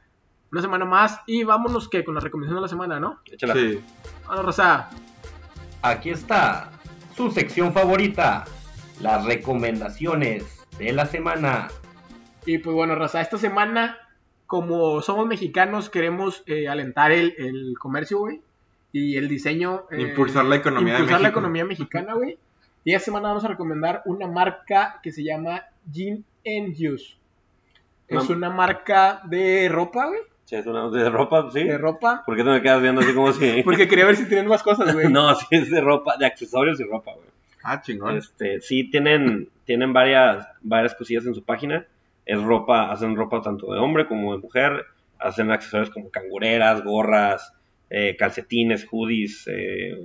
Una semana más y vámonos que con la recomendación de la semana, ¿no?
Échala.
Sí.
Vámonos, raza.
Aquí está su sección favorita, las recomendaciones de la semana.
Y pues bueno, raza, esta semana, como somos mexicanos, queremos eh, alentar el, el comercio, güey. Y el diseño. eh,
Impulsar la economía de
impulsar la
México.
economía mexicana, güey. Y esta semana vamos a recomendar una marca que se llama Gin and Juice. Es
Mam-
una marca de ropa, güey.
Sí, es una... ¿De ropa? Sí.
De ropa.
¿Por qué te me quedas viendo así como si...?
(laughs) Porque quería ver si tienen más
(laughs)
cosas, güey.
(laughs) No, sí es de ropa, de accesorios y ropa, güey.
Ah, chingón.
Este, sí tienen, tienen varias, varias cosillas en su página. Es ropa, hacen ropa tanto de hombre como de mujer. Hacen accesorios como cangureras, gorras, eh, calcetines, hoodies, eh,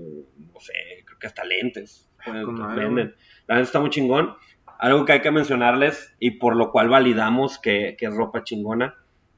no sé, creo que hasta lentes. Pues,
con
los
madre,
venden.
güey.
La neta está muy chingón. Algo que hay que mencionarles y por lo cual validamos que, que es ropa chingona.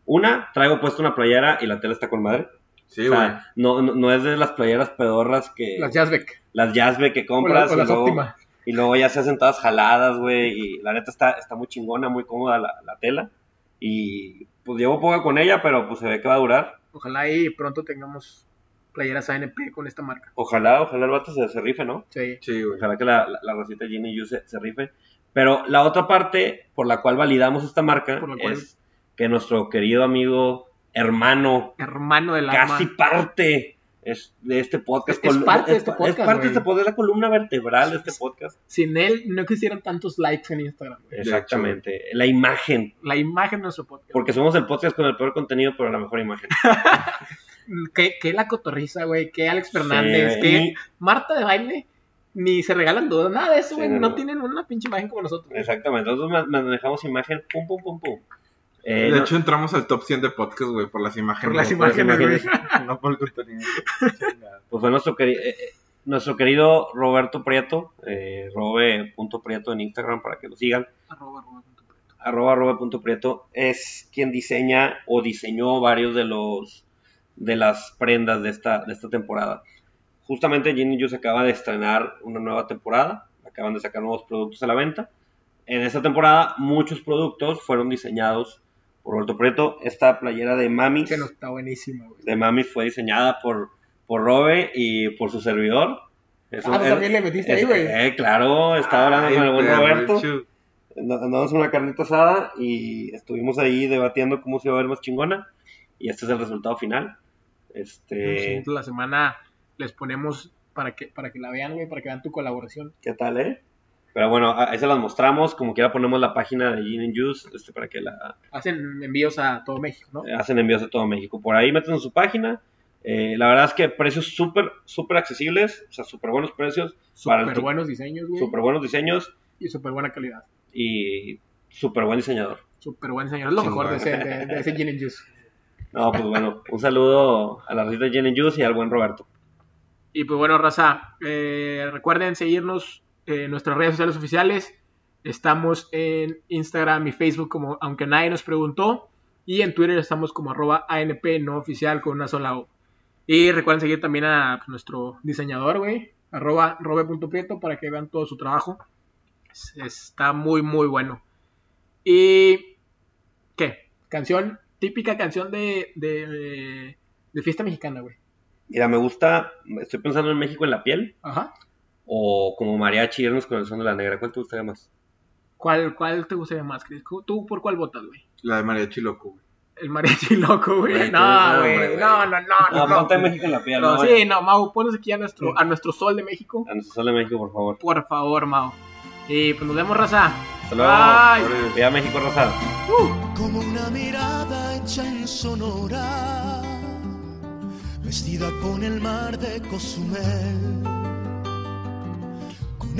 Una, traigo puesta una playera y la tela está con madre.
Sí,
O sea,
güey.
no, no, no es de las playeras pedorras que
Las Jazzbeck.
las Jazzbe que
O, la-
compras
o
y,
las
luego,
Optima.
y luego ya se hacen todas jaladas, güey. Y la neta está, está muy chingona, muy cómoda la, la tela. Y pues llevo poco con ella, pero pues se ve que va a durar.
Ojalá y pronto tengamos playeras ANP con esta marca.
Ojalá, ojalá el vato se, se rife, ¿no?
Sí.
Sí, güey.
Ojalá que la, la, la rosita Ginny Yu se, se rife. Pero la otra parte por la cual validamos esta marca
Por la cual-
es que nuestro querido amigo, hermano,
Hermano del alma.
casi parte, es de este podcast.
Es- es
colu-
parte de este podcast,
Es parte de
güey.
este podcast, es la columna vertebral de este podcast.
Sin él no existieran tantos likes en Instagram. güey.
Exactamente. La imagen.
La imagen de nuestro podcast.
Porque somos el podcast con el peor contenido, pero la mejor imagen.
Que, que la cotorriza, güey. Que Alex
Sí,
Fernández. que
Eh, y-
Marta de baile. Ni se regalan dudas. Nada de eso,
Sí,
güey.
no,
no,
no.
tienen una pinche imagen como nosotros.
Exactamente. Nosotros ma- manejamos imagen. Pum, pum, pum, pum. Eh,
De
no-
hecho, entramos al top 100 de podcast, güey, por las imágenes.
Por las
no por
imágenes, güey.
(laughs) No por el contenido.
pues fue nuestro, queri- eh, eh, nuestro querido Roberto Prieto, eh, robe.prieto en Instagram para que lo sigan,
Arroba, arroba, punto prieto.
arroba robe.prieto, es quien diseña o diseñó varios de los de las prendas de esta, de esta temporada. Justamente Gin Juice acaba de estrenar una nueva temporada, acaban de sacar nuevos productos a la venta. En esta temporada muchos productos fueron diseñados por Roberto Prieto. Esta playera de Mami
Que no está buenísimo, güey.
de Mami fue diseñada por, por Robe y por su servidor. Es
Ah,
un-
tú
es-
también le metiste ahí,
es-
güey.
eh, claro,
Ah,
estaba hablando con el buen
Ay,
Roberto.
Perrucho.
Anda- Andamos en una carnita asada y estuvimos ahí debatiendo cómo se iba a ver más chingona. Y este es el resultado final. Este,
Entonces, la semana les ponemos para que, para que la vean, güey, para que vean tu colaboración.
¿Qué tal, eh? Pero bueno, a- ahí se las mostramos. Como quiera ponemos la página de Gin and Juice este, para que la,
Hacen envíos a todo México, ¿no?
hacen envíos a todo México. Por ahí meten en su página. Eh, la verdad es que precios súper, súper accesibles, o sea, súper buenos precios, para el
Súper
tu-
buenos diseños, güey.
súper buenos diseños
Y súper buena calidad.
y súper buen diseñador.
Súper buen diseño. Es lo mejor de ese, de, de ese Gin and Juice.
No, pues bueno, un saludo a la Rita Jen and Juice y al buen Roberto.
Y pues bueno, raza, eh, recuerden seguirnos en nuestras redes sociales oficiales. Estamos en Instagram y Facebook como aunque nadie nos preguntó. Y en Twitter estamos como arroba ANP no oficial con una sola O. Y recuerden seguir también a pues, nuestro diseñador, güey, arroba robe.prieto para que vean todo su trabajo. Es- Está muy, muy bueno. Y... ¿Qué? Canción, típica canción de, de, de fiesta mexicana, güey.
Mira, me gusta, estoy pensando en México en la piel
Ajá.
o como mariachi irnos con el son de la negra. ¿Cuál te gustaría más?
¿Cuál, cuál te gustaría más, Chris? ¿Cu- ¿Tú por cuál votas, güey?
La de Mariachi Loco, güey.
El mariachi (laughs) loco, güey.
Güey,
No,
qué hombre,
güey.
güey.
No, no, Ah, no, no. no.
ponte México en la piel.
No, sí, no, Mau, ponos aquí a nuestro, a nuestro sol de México.
A nuestro sol de México, por favor.
Por favor, Mau. Y pues nos vemos, raza.
Hasta luego.
Bye.
Ahora es-
Viva México Rosado.
Uh.
como una mirada hecha en sonora, vestida con el mar de Cozumel, con